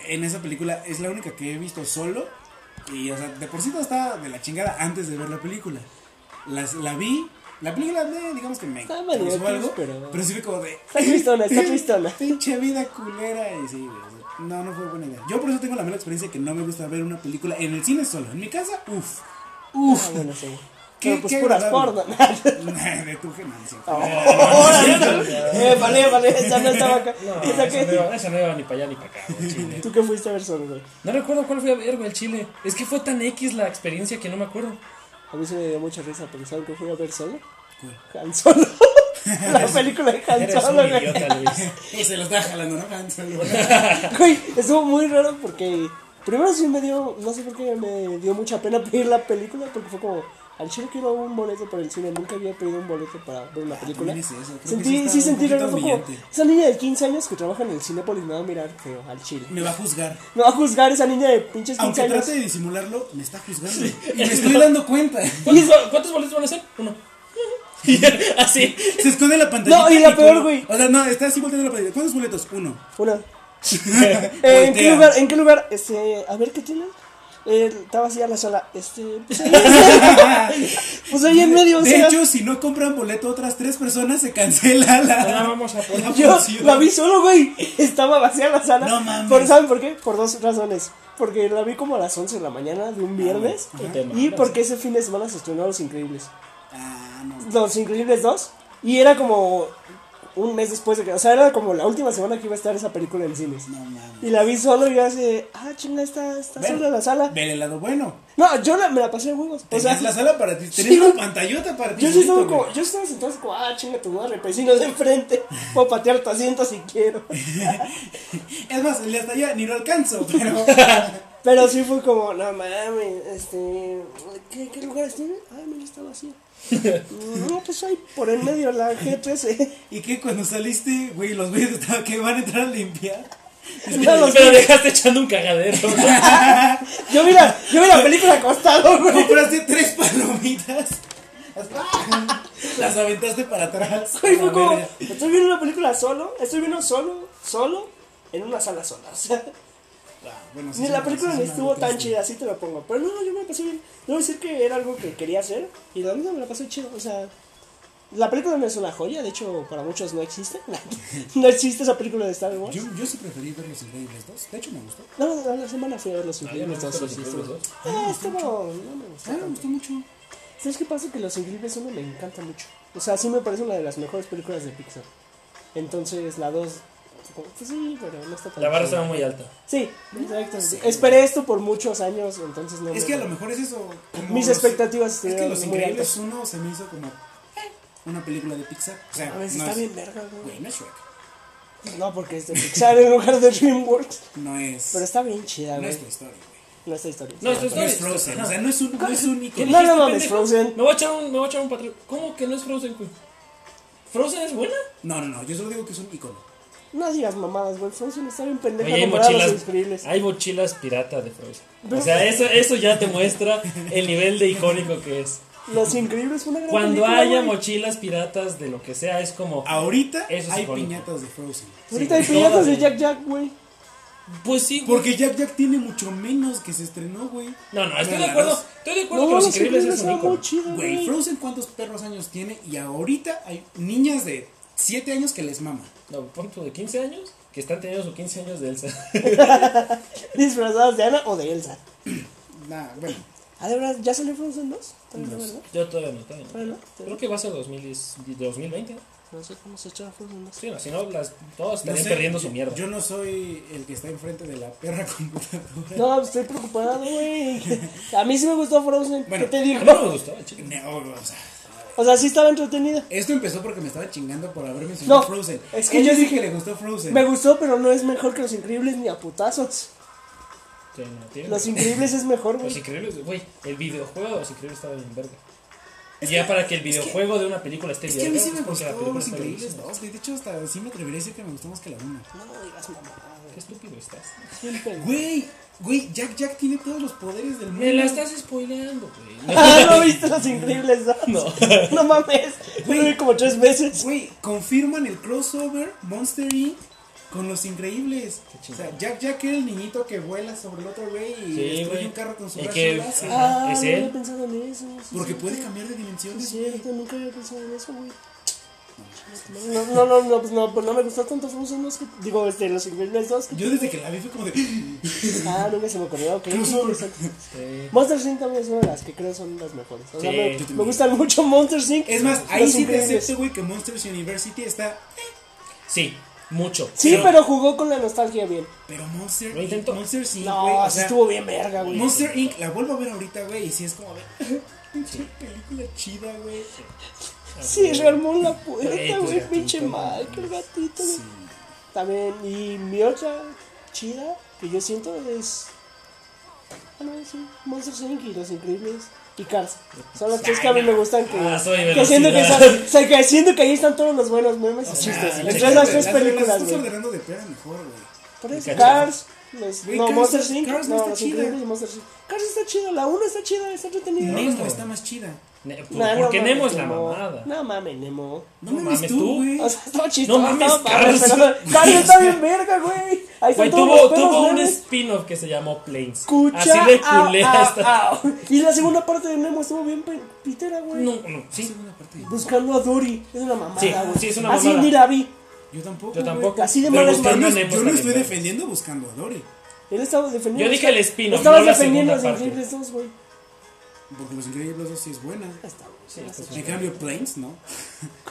Speaker 3: en esa película es la única que he visto solo. Y, o sea, de por sí todo estaba de la chingada antes de ver la película. Las, la vi. La película, eh, digamos que me
Speaker 2: Está
Speaker 3: causó
Speaker 2: medio
Speaker 3: algo,
Speaker 2: cruz,
Speaker 3: pero...
Speaker 2: pero-
Speaker 3: sí fue como de...
Speaker 2: Está tristona, está tristona.
Speaker 3: Pinche vida culera. Y sí, güey, o sea, no, no fue buena idea. Yo por eso tengo la mala experiencia que no me gusta ver una película en el cine solo. En mi casa, uff. Uff.
Speaker 2: Ah, bueno, sí.
Speaker 3: ¿Qué-
Speaker 2: Pero pues
Speaker 3: qué
Speaker 2: puras
Speaker 3: agradable?
Speaker 2: porno.
Speaker 3: de tu genancia.
Speaker 2: Ah. Eh, vale, vale, esa no estaba acá.
Speaker 4: No, esa
Speaker 2: Esa
Speaker 4: no
Speaker 2: que-
Speaker 4: iba- esa no iba ni para allá ni para acá, güey, chile.
Speaker 2: ¿Tú qué fuiste a ver solo, güey?
Speaker 4: No recuerdo cuál fue a ver, güey, el chile. Es que fue tan X la experiencia que no me acuerdo.
Speaker 2: A mí se me dio mucha risa porque ¿saben que fui a ver solo?
Speaker 3: ¿Cuál?
Speaker 2: Han Solo. La película de Han
Speaker 4: Eres
Speaker 2: Solo,
Speaker 4: un
Speaker 2: güey.
Speaker 4: idiota, Luis.
Speaker 3: Y se lo estaba jalando, ¿no? Han Solo.
Speaker 2: Güey, estuvo muy raro porque primero sí me dio, no sé por qué me dio mucha pena pedir la película porque fue como, al chile quiero un boleto para el cine, nunca había pedido un boleto para ver una película.
Speaker 3: Ah, también es eso, creo que sí
Speaker 2: sentí,
Speaker 3: está
Speaker 2: sí
Speaker 3: un
Speaker 2: sentí
Speaker 3: poquito
Speaker 2: raro, fue como,
Speaker 3: humillante.
Speaker 2: esa niña de 15 años que trabaja en el Cinépolis me va a mirar feo al chile.
Speaker 3: Me va a juzgar.
Speaker 2: Me va a juzgar esa niña de pinches 15
Speaker 3: Aunque
Speaker 2: años.
Speaker 3: trate de disimularlo, me está juzgando. Y me estoy dando cuenta.
Speaker 4: ¿Cuántos, cuántos boletos van a ser? Uno. Y Así.
Speaker 3: Se esconde la pantalla.
Speaker 2: No, y la peor, güey.
Speaker 3: O sea, no, está así volteando la pantalla. ¿Cuántos boletos? Uno.
Speaker 2: Una. Eh, ¿En qué
Speaker 3: Voltea.
Speaker 2: lugar? ¿En qué lugar? Este, a ver qué tiene. Eh, está vacía la sala. Este, pues ahí, pues ahí en medio. o
Speaker 3: De
Speaker 2: sea,
Speaker 3: hecho, si no compran boleto otras tres personas, se cancela
Speaker 4: Ahora
Speaker 3: la.
Speaker 4: Pues vamos a poner.
Speaker 2: Yo
Speaker 3: función.
Speaker 2: la vi solo, güey. Estaba vacía la sala.
Speaker 3: No mames.
Speaker 2: Por- ¿Saben por qué? Por dos razones. Porque la vi como a las 11 de la mañana de
Speaker 3: Ah,
Speaker 2: un viernes.
Speaker 4: Tú te
Speaker 2: Y
Speaker 4: mandas.
Speaker 2: porque ese fin de semana se estrenó Los Increíbles.
Speaker 3: Ah, no.
Speaker 2: Los Increíbles 2. Y era como un mes después de que. O sea, era como la última semana que iba a estar esa película en cines.
Speaker 3: No mames.
Speaker 2: Y la vi solo y yo así, ah, chinga, está, está
Speaker 3: Ven.
Speaker 2: sola la sala.
Speaker 3: Ve el lado bueno.
Speaker 2: No, yo la- me la pasé de huevos. O sea,
Speaker 3: Tenías la sala para ti.
Speaker 2: Sí,
Speaker 3: Tenías la
Speaker 2: güey.
Speaker 3: pantallota para ti.
Speaker 2: yo sí
Speaker 3: solito,
Speaker 2: estaba como,
Speaker 3: güey.
Speaker 2: yo estaba sentado así como, ah, chinga tu madre, vecinos de enfrente. Puedo patear tu asiento si quiero.
Speaker 3: Es más, el de hasta allá ni lo alcanzo. Pero.
Speaker 2: Pero sí fue como, no mames, este, ¿qué, qué lugares tiene? Ah, mira, está vacía. No, pues ahí por el medio la G13.
Speaker 3: ¿Y qué? Cuando saliste, güey, los güeyes estaban que van a entrar a limpiar.
Speaker 2: No, los-
Speaker 4: Pero dejaste echando un cagadero.
Speaker 2: yo, vi la, yo vi la película acostado, güey.
Speaker 3: Compraste tres palomitas. Las aventaste para atrás.
Speaker 2: Güey,
Speaker 3: A
Speaker 2: fue
Speaker 3: la
Speaker 2: como,
Speaker 3: verga.
Speaker 2: estoy viendo una película solo, estoy viendo solo, solo, en una sala sola. O sea,
Speaker 3: Ah, bueno, sí,
Speaker 2: Ni
Speaker 3: sí,
Speaker 2: la
Speaker 3: sí,
Speaker 2: película
Speaker 3: sí,
Speaker 2: ni
Speaker 3: sí,
Speaker 2: estuvo
Speaker 3: sí,
Speaker 2: tan
Speaker 3: sí.
Speaker 2: chida, así te lo pongo. Pero no, yo me la pasé bien. Debo decir que era algo que quería hacer y la verdad me la pasé chido. O sea, la película no es una joya, de hecho, para muchos no existe. no existe esa película de Star Wars.
Speaker 3: Yo, yo sí preferí ver Los Increíbles 2. De hecho, me gustó.
Speaker 2: No, no, la semana fui a ver los Increíbles. dos, sí, estuvo- Ah, estuvo. No me gustó.
Speaker 3: Ah, me
Speaker 2: tanto.
Speaker 3: gustó mucho.
Speaker 2: ¿Sabes qué pasa? Que Los Increíbles 1 me encanta mucho. O sea, sí me parece una de las mejores películas de Pixar. Entonces, la 2. Pues sí, pero no está tan
Speaker 4: La barra
Speaker 2: chida.
Speaker 4: estaba muy alta.
Speaker 2: Sí, exacto. Esperé esto por muchos años, entonces no
Speaker 3: Es
Speaker 2: me-
Speaker 3: que a lo mejor es eso. como
Speaker 2: Mis
Speaker 3: los-
Speaker 2: expectativas
Speaker 3: Es que
Speaker 2: estuvieron
Speaker 3: Los
Speaker 2: muy
Speaker 3: Increíbles 1 se me hizo como. eh, Una película de Pixar. O sea,
Speaker 2: A veces
Speaker 3: no
Speaker 2: está
Speaker 3: es-
Speaker 2: bien verga, güey.
Speaker 3: Güey, no es Shrek.
Speaker 2: No, porque es de Pixar en lugar de DreamWorks.
Speaker 3: No es.
Speaker 2: Pero está bien chida,
Speaker 3: no
Speaker 2: güey.
Speaker 3: es tu historia, güey.
Speaker 2: No está historia.
Speaker 4: No, esto
Speaker 3: No es
Speaker 4: está-
Speaker 3: Frozen. O sea, no es un, no es un icono.
Speaker 2: No,
Speaker 4: dijiste,
Speaker 2: no mames,
Speaker 4: Este pendejo?
Speaker 2: Este Frozen.
Speaker 4: Me voy a echar un, me voy a echar un patrón. ¿Cómo que no es Frozen, güey? ¿Frozen es buena?
Speaker 3: No, no, no. Yo solo digo que es un icono.
Speaker 2: No digas mamadas, güey. Frozen está bien pendeja
Speaker 4: Oye, hay
Speaker 2: comparada a los
Speaker 4: mochilas.
Speaker 2: increíbles.
Speaker 4: Hay mochilas pirata de Frozen. O
Speaker 2: Pero-
Speaker 4: sea, eso, eso ya te muestra el nivel de icónico que es.
Speaker 2: Los increíbles fue una gran
Speaker 4: Cuando
Speaker 2: película,
Speaker 4: haya
Speaker 2: güey.
Speaker 4: mochilas piratas de lo que sea, es como.
Speaker 3: Ahorita
Speaker 4: Eso es
Speaker 3: hay
Speaker 4: icónico.
Speaker 3: piñatas de Frozen.
Speaker 2: Ahorita
Speaker 4: Sí,
Speaker 2: hay piñatas
Speaker 4: todas,
Speaker 2: de
Speaker 4: güey.
Speaker 2: Jack Jack, güey.
Speaker 4: Pues sí, güey.
Speaker 3: Porque Jack Jack tiene mucho menos que se estrenó, güey.
Speaker 4: No, no, estoy
Speaker 3: Mira,
Speaker 4: de
Speaker 3: la
Speaker 4: acuerdo.
Speaker 3: dos.
Speaker 4: Estoy de acuerdo
Speaker 2: No,
Speaker 4: que
Speaker 2: los
Speaker 4: los increíbles
Speaker 2: increíbles
Speaker 4: es un
Speaker 2: está muy
Speaker 4: icono.
Speaker 2: chido,
Speaker 3: Güey,
Speaker 2: güey.
Speaker 3: Frozen cuántos perros años tiene y ahorita hay niñas de siete años que les mama.
Speaker 1: No, pon tú de 15 años, que están teniendo sus 15 años de Elsa.
Speaker 2: ¿Disfrazados de Ana o de Elsa?
Speaker 3: Nah, bueno,
Speaker 2: Ah, de verdad, ¿ya salió Frozen 2? ¿También
Speaker 3: No
Speaker 2: no,
Speaker 3: sé.
Speaker 2: verdad?
Speaker 1: Yo todavía no, todavía no.
Speaker 2: Bueno,
Speaker 1: Creo que va a ser 2010, 2020. ¿no?
Speaker 2: no sé cómo se echaba Frozen 2.
Speaker 1: Sí, no, si no, las, todos
Speaker 3: no
Speaker 1: estarían
Speaker 3: sé,
Speaker 1: perdiendo
Speaker 3: yo-
Speaker 1: su mierda.
Speaker 3: Yo no soy el que está enfrente de la perra computadora.
Speaker 2: No, estoy preocupado, güey. A mí sí me gustó Frozen.
Speaker 3: Bueno.
Speaker 2: ¿Qué te
Speaker 1: A
Speaker 2: digo?
Speaker 1: mí no me gustaba, chico.
Speaker 3: No, o sea,
Speaker 2: O sea, sí estaba entretenido.
Speaker 3: esto empezó porque me estaba chingando por haber mencionado
Speaker 2: No,
Speaker 3: Frozen.
Speaker 2: es que
Speaker 3: Él
Speaker 2: yo
Speaker 3: dice
Speaker 2: dije-
Speaker 3: que le gustó Frozen.
Speaker 2: Me gustó, pero no es mejor que Los Increíbles ni a putazos.
Speaker 1: Sí, no, tiene-
Speaker 2: Los Increíbles es mejor,
Speaker 1: Los
Speaker 2: güey.
Speaker 1: increíbles, güey. El videojuego de los increíbles estaba bien verga. Y ya para que el videojuego de una película esté
Speaker 3: Es
Speaker 1: bien
Speaker 3: que a mí sí me
Speaker 1: verga, pues, porque la
Speaker 3: gustó
Speaker 1: película
Speaker 3: Los
Speaker 1: está
Speaker 3: Increíbles
Speaker 1: buenísima.
Speaker 3: 2, güey. De hecho, hasta sí me atrevería a decir que me gustó más que la 1.
Speaker 2: No digas mamá,
Speaker 1: Qué estúpido estás.
Speaker 2: güey.
Speaker 3: Güey, güey, Jack Jack tiene todos los poderes del mundo.
Speaker 1: Me la estás spoileando, güey.
Speaker 2: Ah, ¿no viste Los Increíbles 2?
Speaker 1: No.
Speaker 2: No mames. Yo lo vi como tres veces.
Speaker 3: Güey, confirman el crossover Monster Inc. con los increíbles. O sea, Jack Jack era el niñito que vuela sobre el otro güey y
Speaker 1: Sí,
Speaker 3: destruye
Speaker 1: güey.
Speaker 3: un carro con su
Speaker 1: Y
Speaker 3: rayo
Speaker 1: que-
Speaker 3: láser.
Speaker 1: Ah.
Speaker 2: Ah,
Speaker 1: ¿es
Speaker 2: no
Speaker 1: él?
Speaker 2: había pensado en eso. sí,
Speaker 3: Porque
Speaker 2: sí.
Speaker 3: puede cambiar de
Speaker 2: Es
Speaker 3: dimensiones.
Speaker 2: cierto, nunca había pensado en eso, güey. No, no, no, no, pues no, pues no me gustó tanto Frozen 2 que, digo, este, Los Increíbles 2 que,
Speaker 3: Yo desde que la vi fue como de.
Speaker 2: ah, nunca se me ocurrió, ok.
Speaker 3: Crossover.
Speaker 1: Sí.
Speaker 2: Monster Inc. también es una de las que creo son las mejores. O sea,
Speaker 1: Sí.
Speaker 3: Yo
Speaker 2: me,
Speaker 3: también.
Speaker 2: me gustan mucho Monster Inc.
Speaker 3: Es más,
Speaker 2: Los
Speaker 3: ahí sí te
Speaker 2: Increíbles.
Speaker 3: acepto, güey, que Monsters University está.
Speaker 1: Sí, mucho.
Speaker 2: Sí, pero jugó con la nostalgia bien.
Speaker 3: Pero Monster
Speaker 1: Lo
Speaker 3: Inc.
Speaker 1: intento.
Speaker 3: Monsters Inc.
Speaker 2: No,
Speaker 3: güey, o
Speaker 2: sí
Speaker 3: sea,
Speaker 2: estuvo bien verga, güey.
Speaker 3: Monster Inc. la vuelvo a ver ahorita, güey, y sí es como de. "Ah, Pinche película chida, güey. Ah,
Speaker 2: Sí, rearmó la
Speaker 1: Güey,
Speaker 2: puerta,
Speaker 1: pues,
Speaker 2: güey,
Speaker 1: gatito,
Speaker 2: pinche
Speaker 1: no
Speaker 2: mal, el gatito, güey.
Speaker 3: Sí.
Speaker 2: También, y mi otra chida que yo siento es. Ah, no, sí, Monster Inc. y Los Increíbles y Cars. Son los tres que a mí me gustan. Que,
Speaker 1: Ah, soy
Speaker 2: que siento que,
Speaker 1: velocidad.
Speaker 2: son- o sea, que siento que ahí están todos los buenos memes y
Speaker 3: Ah,
Speaker 2: chistes.
Speaker 3: la
Speaker 2: Entre
Speaker 3: chingada,
Speaker 2: esas tres
Speaker 3: las- las
Speaker 2: películas,
Speaker 3: Estás
Speaker 2: güey.
Speaker 3: ordenando de pera mejor, güey.
Speaker 2: Por eso,
Speaker 1: Cars.
Speaker 2: Cars. los-
Speaker 3: Güey,
Speaker 2: no,
Speaker 3: Cars
Speaker 2: Monster
Speaker 3: no-
Speaker 2: Inc.
Speaker 3: Cars no
Speaker 2: No,
Speaker 3: está
Speaker 2: Los
Speaker 3: chida.
Speaker 2: Increíbles y Monster Inc. Cars está chida, la 1 está chida, está entretenida.
Speaker 1: No,
Speaker 3: Nemo
Speaker 1: no.
Speaker 3: está más chida.
Speaker 1: Ne- por-
Speaker 2: No, no
Speaker 1: porque
Speaker 2: mames,
Speaker 1: Nemo es la
Speaker 2: Nemo.
Speaker 1: mamada.
Speaker 2: No mames, Nemo.
Speaker 3: No,
Speaker 1: No
Speaker 3: mames
Speaker 1: mames,
Speaker 3: tú,
Speaker 1: tú. Ah,
Speaker 3: güey.
Speaker 2: O sea, estaba chistoso.
Speaker 1: No mames,
Speaker 2: estaba padre,
Speaker 1: Cars.
Speaker 2: pero- Cars está bien verga, güey. Ahí
Speaker 1: Güey,
Speaker 2: están todos
Speaker 1: tuvo,
Speaker 2: los perros
Speaker 1: tuvo un
Speaker 2: memes.
Speaker 1: spin-off que se llamó Planes.
Speaker 2: Escucha. ah,
Speaker 1: Así de
Speaker 2: au,
Speaker 1: culera
Speaker 2: au,
Speaker 1: está.
Speaker 2: au. Y la segunda parte de Nemo estuvo bien pe- pitera, güey.
Speaker 1: No, no, sí.
Speaker 3: Sí,
Speaker 1: Pues,
Speaker 3: una parte.
Speaker 2: Buscando a Dory. Es una mamada,
Speaker 1: Sí,
Speaker 2: güey.
Speaker 1: sí, es una
Speaker 2: Así
Speaker 1: mamada.
Speaker 2: ni la vi.
Speaker 3: Yo tampoco.
Speaker 1: Yo
Speaker 3: güey.
Speaker 1: tampoco. pues
Speaker 2: Así de
Speaker 1: Pero
Speaker 2: malas
Speaker 3: Yo
Speaker 1: buscando
Speaker 3: no,
Speaker 1: a
Speaker 2: manos.
Speaker 1: Nemo
Speaker 3: yo no
Speaker 1: está
Speaker 3: estoy
Speaker 1: bien,
Speaker 3: defendiendo buscando a Dory.
Speaker 2: Él estaba defendiendo.
Speaker 1: Yo dije el spin-off,
Speaker 2: Estabas
Speaker 1: no la
Speaker 2: defendiendo
Speaker 1: segunda
Speaker 2: los
Speaker 1: parte.
Speaker 2: Increíbles 2, güey.
Speaker 3: Porque los increíbles dos sí es buena.
Speaker 2: Ya está, güey.
Speaker 1: Sí, pues,
Speaker 3: En cambio, Planes, ¿no?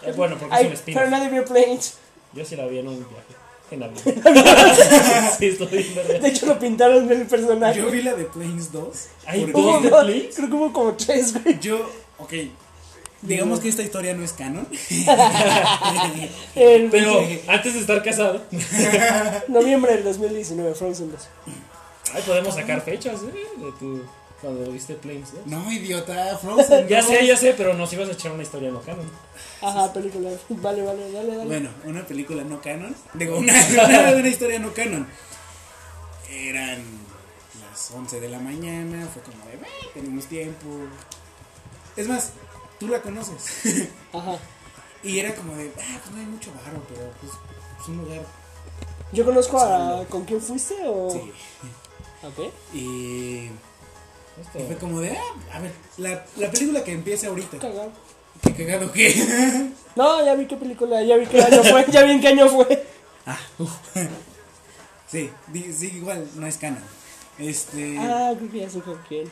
Speaker 1: eh, bueno, porque es
Speaker 2: Ay,
Speaker 1: un
Speaker 2: pero
Speaker 1: spin-off.
Speaker 2: nadie vio Planes.
Speaker 1: Yo sí la vi en un viaje. En avión. sí, estoy bien verga.
Speaker 2: De hecho, lo pintaron del personaje.
Speaker 3: Yo vi la de Planes 2.
Speaker 1: Ay,
Speaker 3: porque-
Speaker 1: ¿dos
Speaker 2: Hubo
Speaker 1: de
Speaker 2: dos,
Speaker 1: Planes?
Speaker 2: Creo que hubo como tres, güey.
Speaker 3: Yo, ok. Digamos que esta historia no es canon.
Speaker 2: En
Speaker 1: Pero antes de estar casado,
Speaker 2: noviembre del 2019, Frozen 2.
Speaker 1: ay, podemos sacar fechas, ¿eh? De tu. Cuando viste Planes, ¿eh?
Speaker 3: No, idiota, Frozen.
Speaker 1: Ya
Speaker 3: no.
Speaker 1: sé, ya sé, pero nos ibas a echar una historia no canon.
Speaker 2: Ajá, película. Vale, vale, dale, dale.
Speaker 3: Bueno, una película no canon. Digo, una, una, una historia no canon. Eran las 11 de la mañana. Fue como de, "Ve, tenemos tiempo. Es más, tú la conoces.
Speaker 2: Ajá.
Speaker 3: Y era como de, ah, pues no hay mucho barro, pero pues es un lugar.
Speaker 2: Yo conozco a. ¿Con quién fuiste o.?
Speaker 3: Sí.
Speaker 2: Ok.
Speaker 3: Y, y fue
Speaker 1: Esto.
Speaker 3: como de, ah, a ver, la, la película que empiece ahorita.
Speaker 2: Cagado.
Speaker 3: Qué cagado que.
Speaker 2: No, ya vi qué película, ya vi qué año fue, ya vi en qué año fue.
Speaker 3: ah, uf. sí, di- sí, igual, no es canon. Este.
Speaker 2: Ah, creo que ya sé con quién.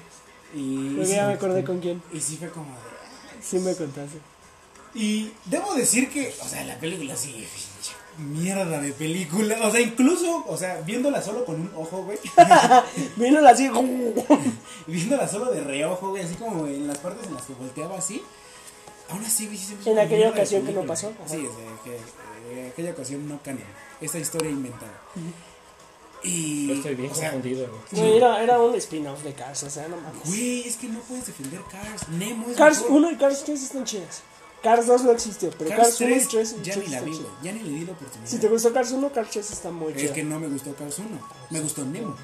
Speaker 3: y,
Speaker 2: Creo que
Speaker 3: sí,
Speaker 2: Ah, ya me acordé con quién.
Speaker 3: y sí fue como de. ah.
Speaker 2: Sí me contaste.
Speaker 3: Y debo decir que, o sea, la película sí, pinche mierda de película. O sea, incluso, o sea, viéndola solo con un ojo, güey.
Speaker 2: Vino la así.
Speaker 3: viéndola solo de reojo, güey, así como en las partes en las que volteaba así. Aún así, güey, sí se me hizo
Speaker 2: En
Speaker 3: una
Speaker 2: aquella
Speaker 3: mierda de
Speaker 2: ocasión que no
Speaker 3: película.
Speaker 2: pasó, ajá.
Speaker 3: Sí, es de que, eh, aquella ocasión no canon. Esta historia inventada. Y.
Speaker 1: Yo estoy bien
Speaker 3: o sea,
Speaker 1: confundido, güey.
Speaker 2: Güey, era, era un spin-off de Cars, o sea, no mames.
Speaker 3: Güey, es que no puedes defender Cars. Nemo es
Speaker 2: Cars
Speaker 3: mejor.
Speaker 2: 1 y Cars 3 están chidas. Cars 2 no existió, pero
Speaker 3: Cars,
Speaker 2: Cars, 1
Speaker 3: 3,
Speaker 2: y 3
Speaker 3: ya ni la vi, güey.
Speaker 2: chidas.
Speaker 3: Ya ni le di la oportunidad.
Speaker 2: Si te gustó Cars 1, Cars 3 está muy
Speaker 3: es
Speaker 2: chido.
Speaker 3: que no me gustó Cars 1. Me gustó Nemo.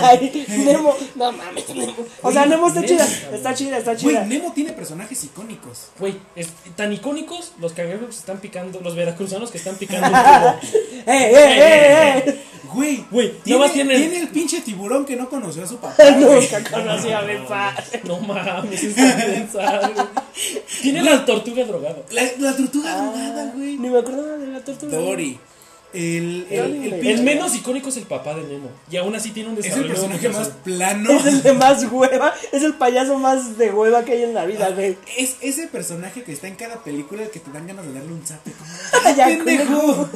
Speaker 2: Ay, Nemo, no mames, Nemo. O sea, Nemo está
Speaker 1: Nemo,
Speaker 2: chida,
Speaker 1: cabrón.
Speaker 2: está chida, está
Speaker 3: Güey,
Speaker 2: chida.
Speaker 3: Nemo tiene personajes icónicos.
Speaker 1: Güey, es- tan icónicos los cangrejos que están picando, los veracruzanos que están picando un tubo.
Speaker 2: ¡Eh, eh, eh, eh!
Speaker 3: Güey,
Speaker 5: Güey,
Speaker 3: tiene,
Speaker 5: nada más tiene-
Speaker 3: tiene el pinche tiburón que no conoció a su papá.
Speaker 2: Nunca conocí a mi padre.
Speaker 1: No mames, es pensar, güey. Tiene la tortuga drogada.
Speaker 3: La, la tortuga drogada, güey.
Speaker 2: Ni me acordaba de la tortuga.
Speaker 3: Dory. El, el,
Speaker 2: Dory,
Speaker 3: el
Speaker 2: güey.
Speaker 3: pinche-
Speaker 1: El menos icónico es el papá de Nemo. Y aún así tiene un
Speaker 3: es el
Speaker 1: desarrollo.
Speaker 3: personaje más
Speaker 1: universal.
Speaker 3: plano.
Speaker 2: Es el de más hueva. Es el payaso más de hueva que hay en la vida, güey.
Speaker 3: Es ese personaje que está en cada película el que te dan ganas de darle un zape.
Speaker 2: Ya,
Speaker 3: ¡Pendejo!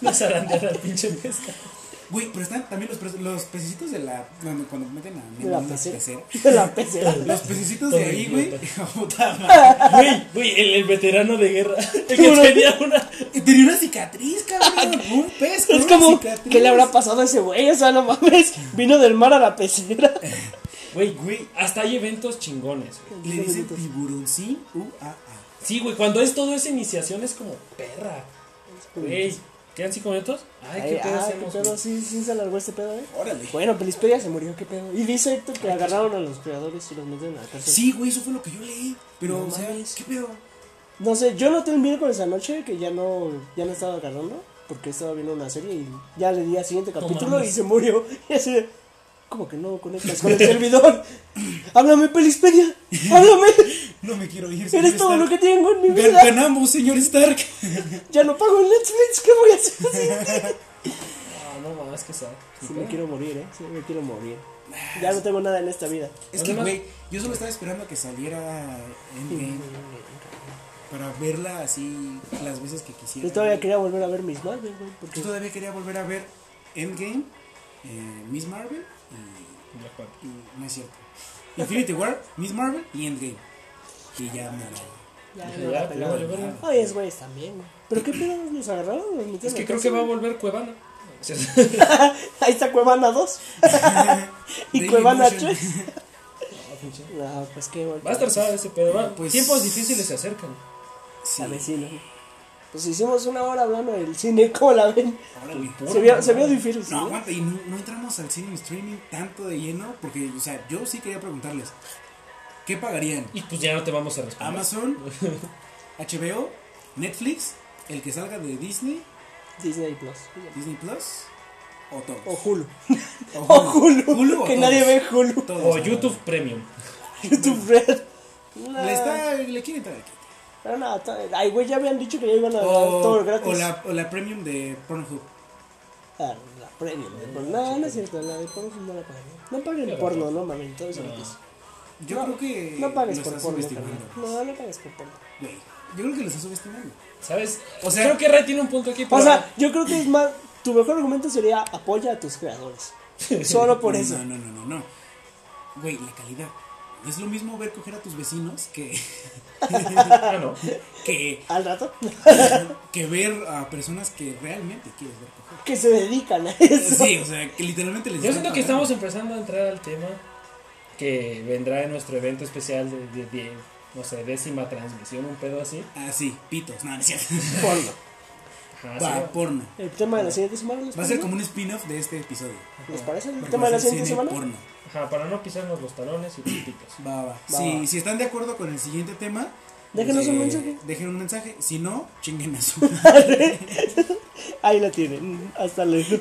Speaker 1: La zarandeada al pinche pesca.
Speaker 3: Güey, pero están también los, pres- los pececitos de la. Cuando, cuando meten a
Speaker 2: De
Speaker 3: Nemo
Speaker 2: la
Speaker 3: en una
Speaker 2: pecera.
Speaker 3: pecera.
Speaker 2: De la pecera.
Speaker 3: Los pececitos de
Speaker 1: Todo
Speaker 3: ahí, güey.
Speaker 1: idiota.
Speaker 3: Puta madre.
Speaker 1: Güey, güey, el, el veterano de guerra. El que tenía una.
Speaker 3: Tenía una cicatriz, cabrón. Un pez. con
Speaker 2: Es
Speaker 3: una
Speaker 2: como,
Speaker 3: cicatriz.
Speaker 2: ¿qué le habrá pasado a ese güey? O sea, no mames, vino del mar a la pecera.
Speaker 1: Güey, güey. Hasta hay eventos chingones, güey.
Speaker 3: Le dicen tiburón, sí. U, a, a.
Speaker 1: Sí, güey, cuando es todo esa iniciación es como perra. Güey, ¿quedan cinco minutos? Ay, ¿qué
Speaker 2: Ay,
Speaker 1: pedo
Speaker 2: ah,
Speaker 1: hacemos?
Speaker 2: qué pedo,
Speaker 1: güey?
Speaker 2: sí, sí se alargó este pedo, eh.
Speaker 3: Órale.
Speaker 2: Bueno, Pelispedia se murió, qué pedo. Y dice Héctor que agarraron a los creadores y los metieron a la cárcel.
Speaker 3: Sí, güey, eso fue lo que yo leí. Pero,
Speaker 2: No
Speaker 3: o sea,
Speaker 2: mames.
Speaker 3: ¿qué pedo?
Speaker 2: No sé, yo noté el miércoles anoche que ya no, ya no estaba agarrando porque estaba viendo una serie y ya le di al siguiente capítulo y
Speaker 1: mames.
Speaker 2: se murió. Y así, de, ¿cómo que no conectas con el servidor? Háblame, Pelispedia, háblame.
Speaker 3: No me quiero ir. señor
Speaker 2: Eres todo
Speaker 3: Stark.
Speaker 2: lo que tengo en mi
Speaker 3: Gan-
Speaker 2: vida.
Speaker 3: Ganamos, señor Stark.
Speaker 2: Ya no pago el Netflix, ¿qué voy a hacer? Sí.
Speaker 1: Ah, no mames, que sea.
Speaker 2: Sí, me quiero morir, ¿eh? Sí, me quiero morir. Ya no tengo nada en esta vida.
Speaker 3: Es que,
Speaker 1: Además-
Speaker 3: güey, yo solo estaba esperando a que saliera Endgame para verla así las veces que quisiera.
Speaker 2: Yo todavía quería volver a ver mis Marvel, güey, porque
Speaker 3: Yo todavía quería volver a ver Endgame, eh, Miss Marvel y,
Speaker 1: Black Panther.
Speaker 3: y- No es cierto. Infinity War, Miss Marvel y Endgame. Y ya me la-
Speaker 2: ya
Speaker 1: Ya,
Speaker 2: no la
Speaker 1: ya,
Speaker 2: pelaba.
Speaker 1: vale, verga.
Speaker 2: Ay, es güeyes también, güey. ¿Pero qué pedo nos agarraron? ¿Nos metieron
Speaker 1: Es que
Speaker 2: en
Speaker 1: creo que
Speaker 2: cárcel?
Speaker 1: va a volver Cuevana. O sea,
Speaker 2: Ahí está Cuevana 2 y
Speaker 3: Daily
Speaker 2: Cuevana
Speaker 3: Motion.
Speaker 2: 3.
Speaker 1: Ah,
Speaker 2: No, pues qué bueno.
Speaker 1: Va a estar suave ese pedo. va.
Speaker 3: Pues-
Speaker 1: Tiempos difíciles se acercan.
Speaker 3: Sí.
Speaker 2: La vecina. Pues hicimos una hora hablando del cine, ¿cómo la ven?
Speaker 3: Órale.
Speaker 2: Se vio, se vio difícil, ¿sí?
Speaker 3: No, aguanta, y no, no entramos al cine streaming tanto de lleno porque, o sea, yo sí quería preguntarles, ¿qué pagarían?
Speaker 1: Y pues ya no te vamos a responder.
Speaker 3: Amazon, HBO, Netflix, el que salga de Disney,
Speaker 2: Disney Plus.
Speaker 3: Disney Plus, o todos.
Speaker 2: O Hulu.
Speaker 3: O
Speaker 2: O Hulu.
Speaker 3: Hulu o
Speaker 2: que
Speaker 3: todos.
Speaker 2: nadie ve Hulu.
Speaker 3: Todos,
Speaker 1: O
Speaker 3: ¿no?
Speaker 1: YouTube Premium.
Speaker 2: YouTube Red. No,
Speaker 3: Le, está, le quiere entrar aquí.
Speaker 2: Pero nada, ta- ay, güey, ya habían dicho que ya iban a
Speaker 3: O,
Speaker 2: dar todo gratis.
Speaker 3: o la, o la premium de Pornhub.
Speaker 2: Ah, la premium. de porno. No, no es cierto, la de porno no la paguen. No paguen
Speaker 1: Pero-
Speaker 2: porno, no mames, todo eso
Speaker 1: No.
Speaker 2: gratis.
Speaker 3: Yo
Speaker 2: No,
Speaker 3: creo que
Speaker 2: No pagues
Speaker 3: lo
Speaker 2: por
Speaker 3: estás
Speaker 2: porno,
Speaker 3: subestimando.
Speaker 2: carnal. No, no pagues por porno.
Speaker 3: Güey, Yo creo que lo estás subestimando.
Speaker 1: ¿Sabes?
Speaker 3: O sea-
Speaker 1: creo que Ray tiene un punto aquí.
Speaker 2: O
Speaker 1: pero-
Speaker 2: sea, yo creo que es más. Tu mejor argumento sería apoya a tus creadores. Solo por
Speaker 3: No,
Speaker 2: eso.
Speaker 3: No, no, no, no, no. Güey, la calidad. No es lo mismo ver coger a tus vecinos que,
Speaker 1: Ah, no.
Speaker 3: que,
Speaker 2: Al rato,
Speaker 3: que ver a personas que realmente quieres ver coger.
Speaker 2: que se dedican a eso.
Speaker 3: Sí, o sea, que literalmente les
Speaker 1: Yo
Speaker 3: están
Speaker 1: siento que
Speaker 3: pagando.
Speaker 1: estamos empezando a entrar al tema que vendrá en nuestro evento especial de, de- de, no sé, décima transmisión, un pedo así.
Speaker 3: Ah, sí, pitos, no, no es cierto.
Speaker 2: Porno.
Speaker 1: Ajá,
Speaker 3: Va, pues.
Speaker 1: sí.
Speaker 3: porno.
Speaker 2: El tema de la siguiente semana. ¿les
Speaker 3: Va a ser
Speaker 2: parece?
Speaker 3: como un spin-off de este episodio.
Speaker 2: ¿Les parece el
Speaker 3: Porque
Speaker 2: tema
Speaker 3: va
Speaker 2: de la
Speaker 3: a ser
Speaker 2: siguiente
Speaker 3: cine
Speaker 2: semana?
Speaker 3: Porno.
Speaker 1: Ajá, para no pisarnos los talones y los pitos.
Speaker 3: Va, va.
Speaker 2: va.
Speaker 3: Si, si están de acuerdo con el siguiente tema, eh,
Speaker 2: Déjenos un mensaje.
Speaker 3: Dejen un mensaje. Si no, chinguen a su.
Speaker 2: Ahí la tienen. Hasta luego.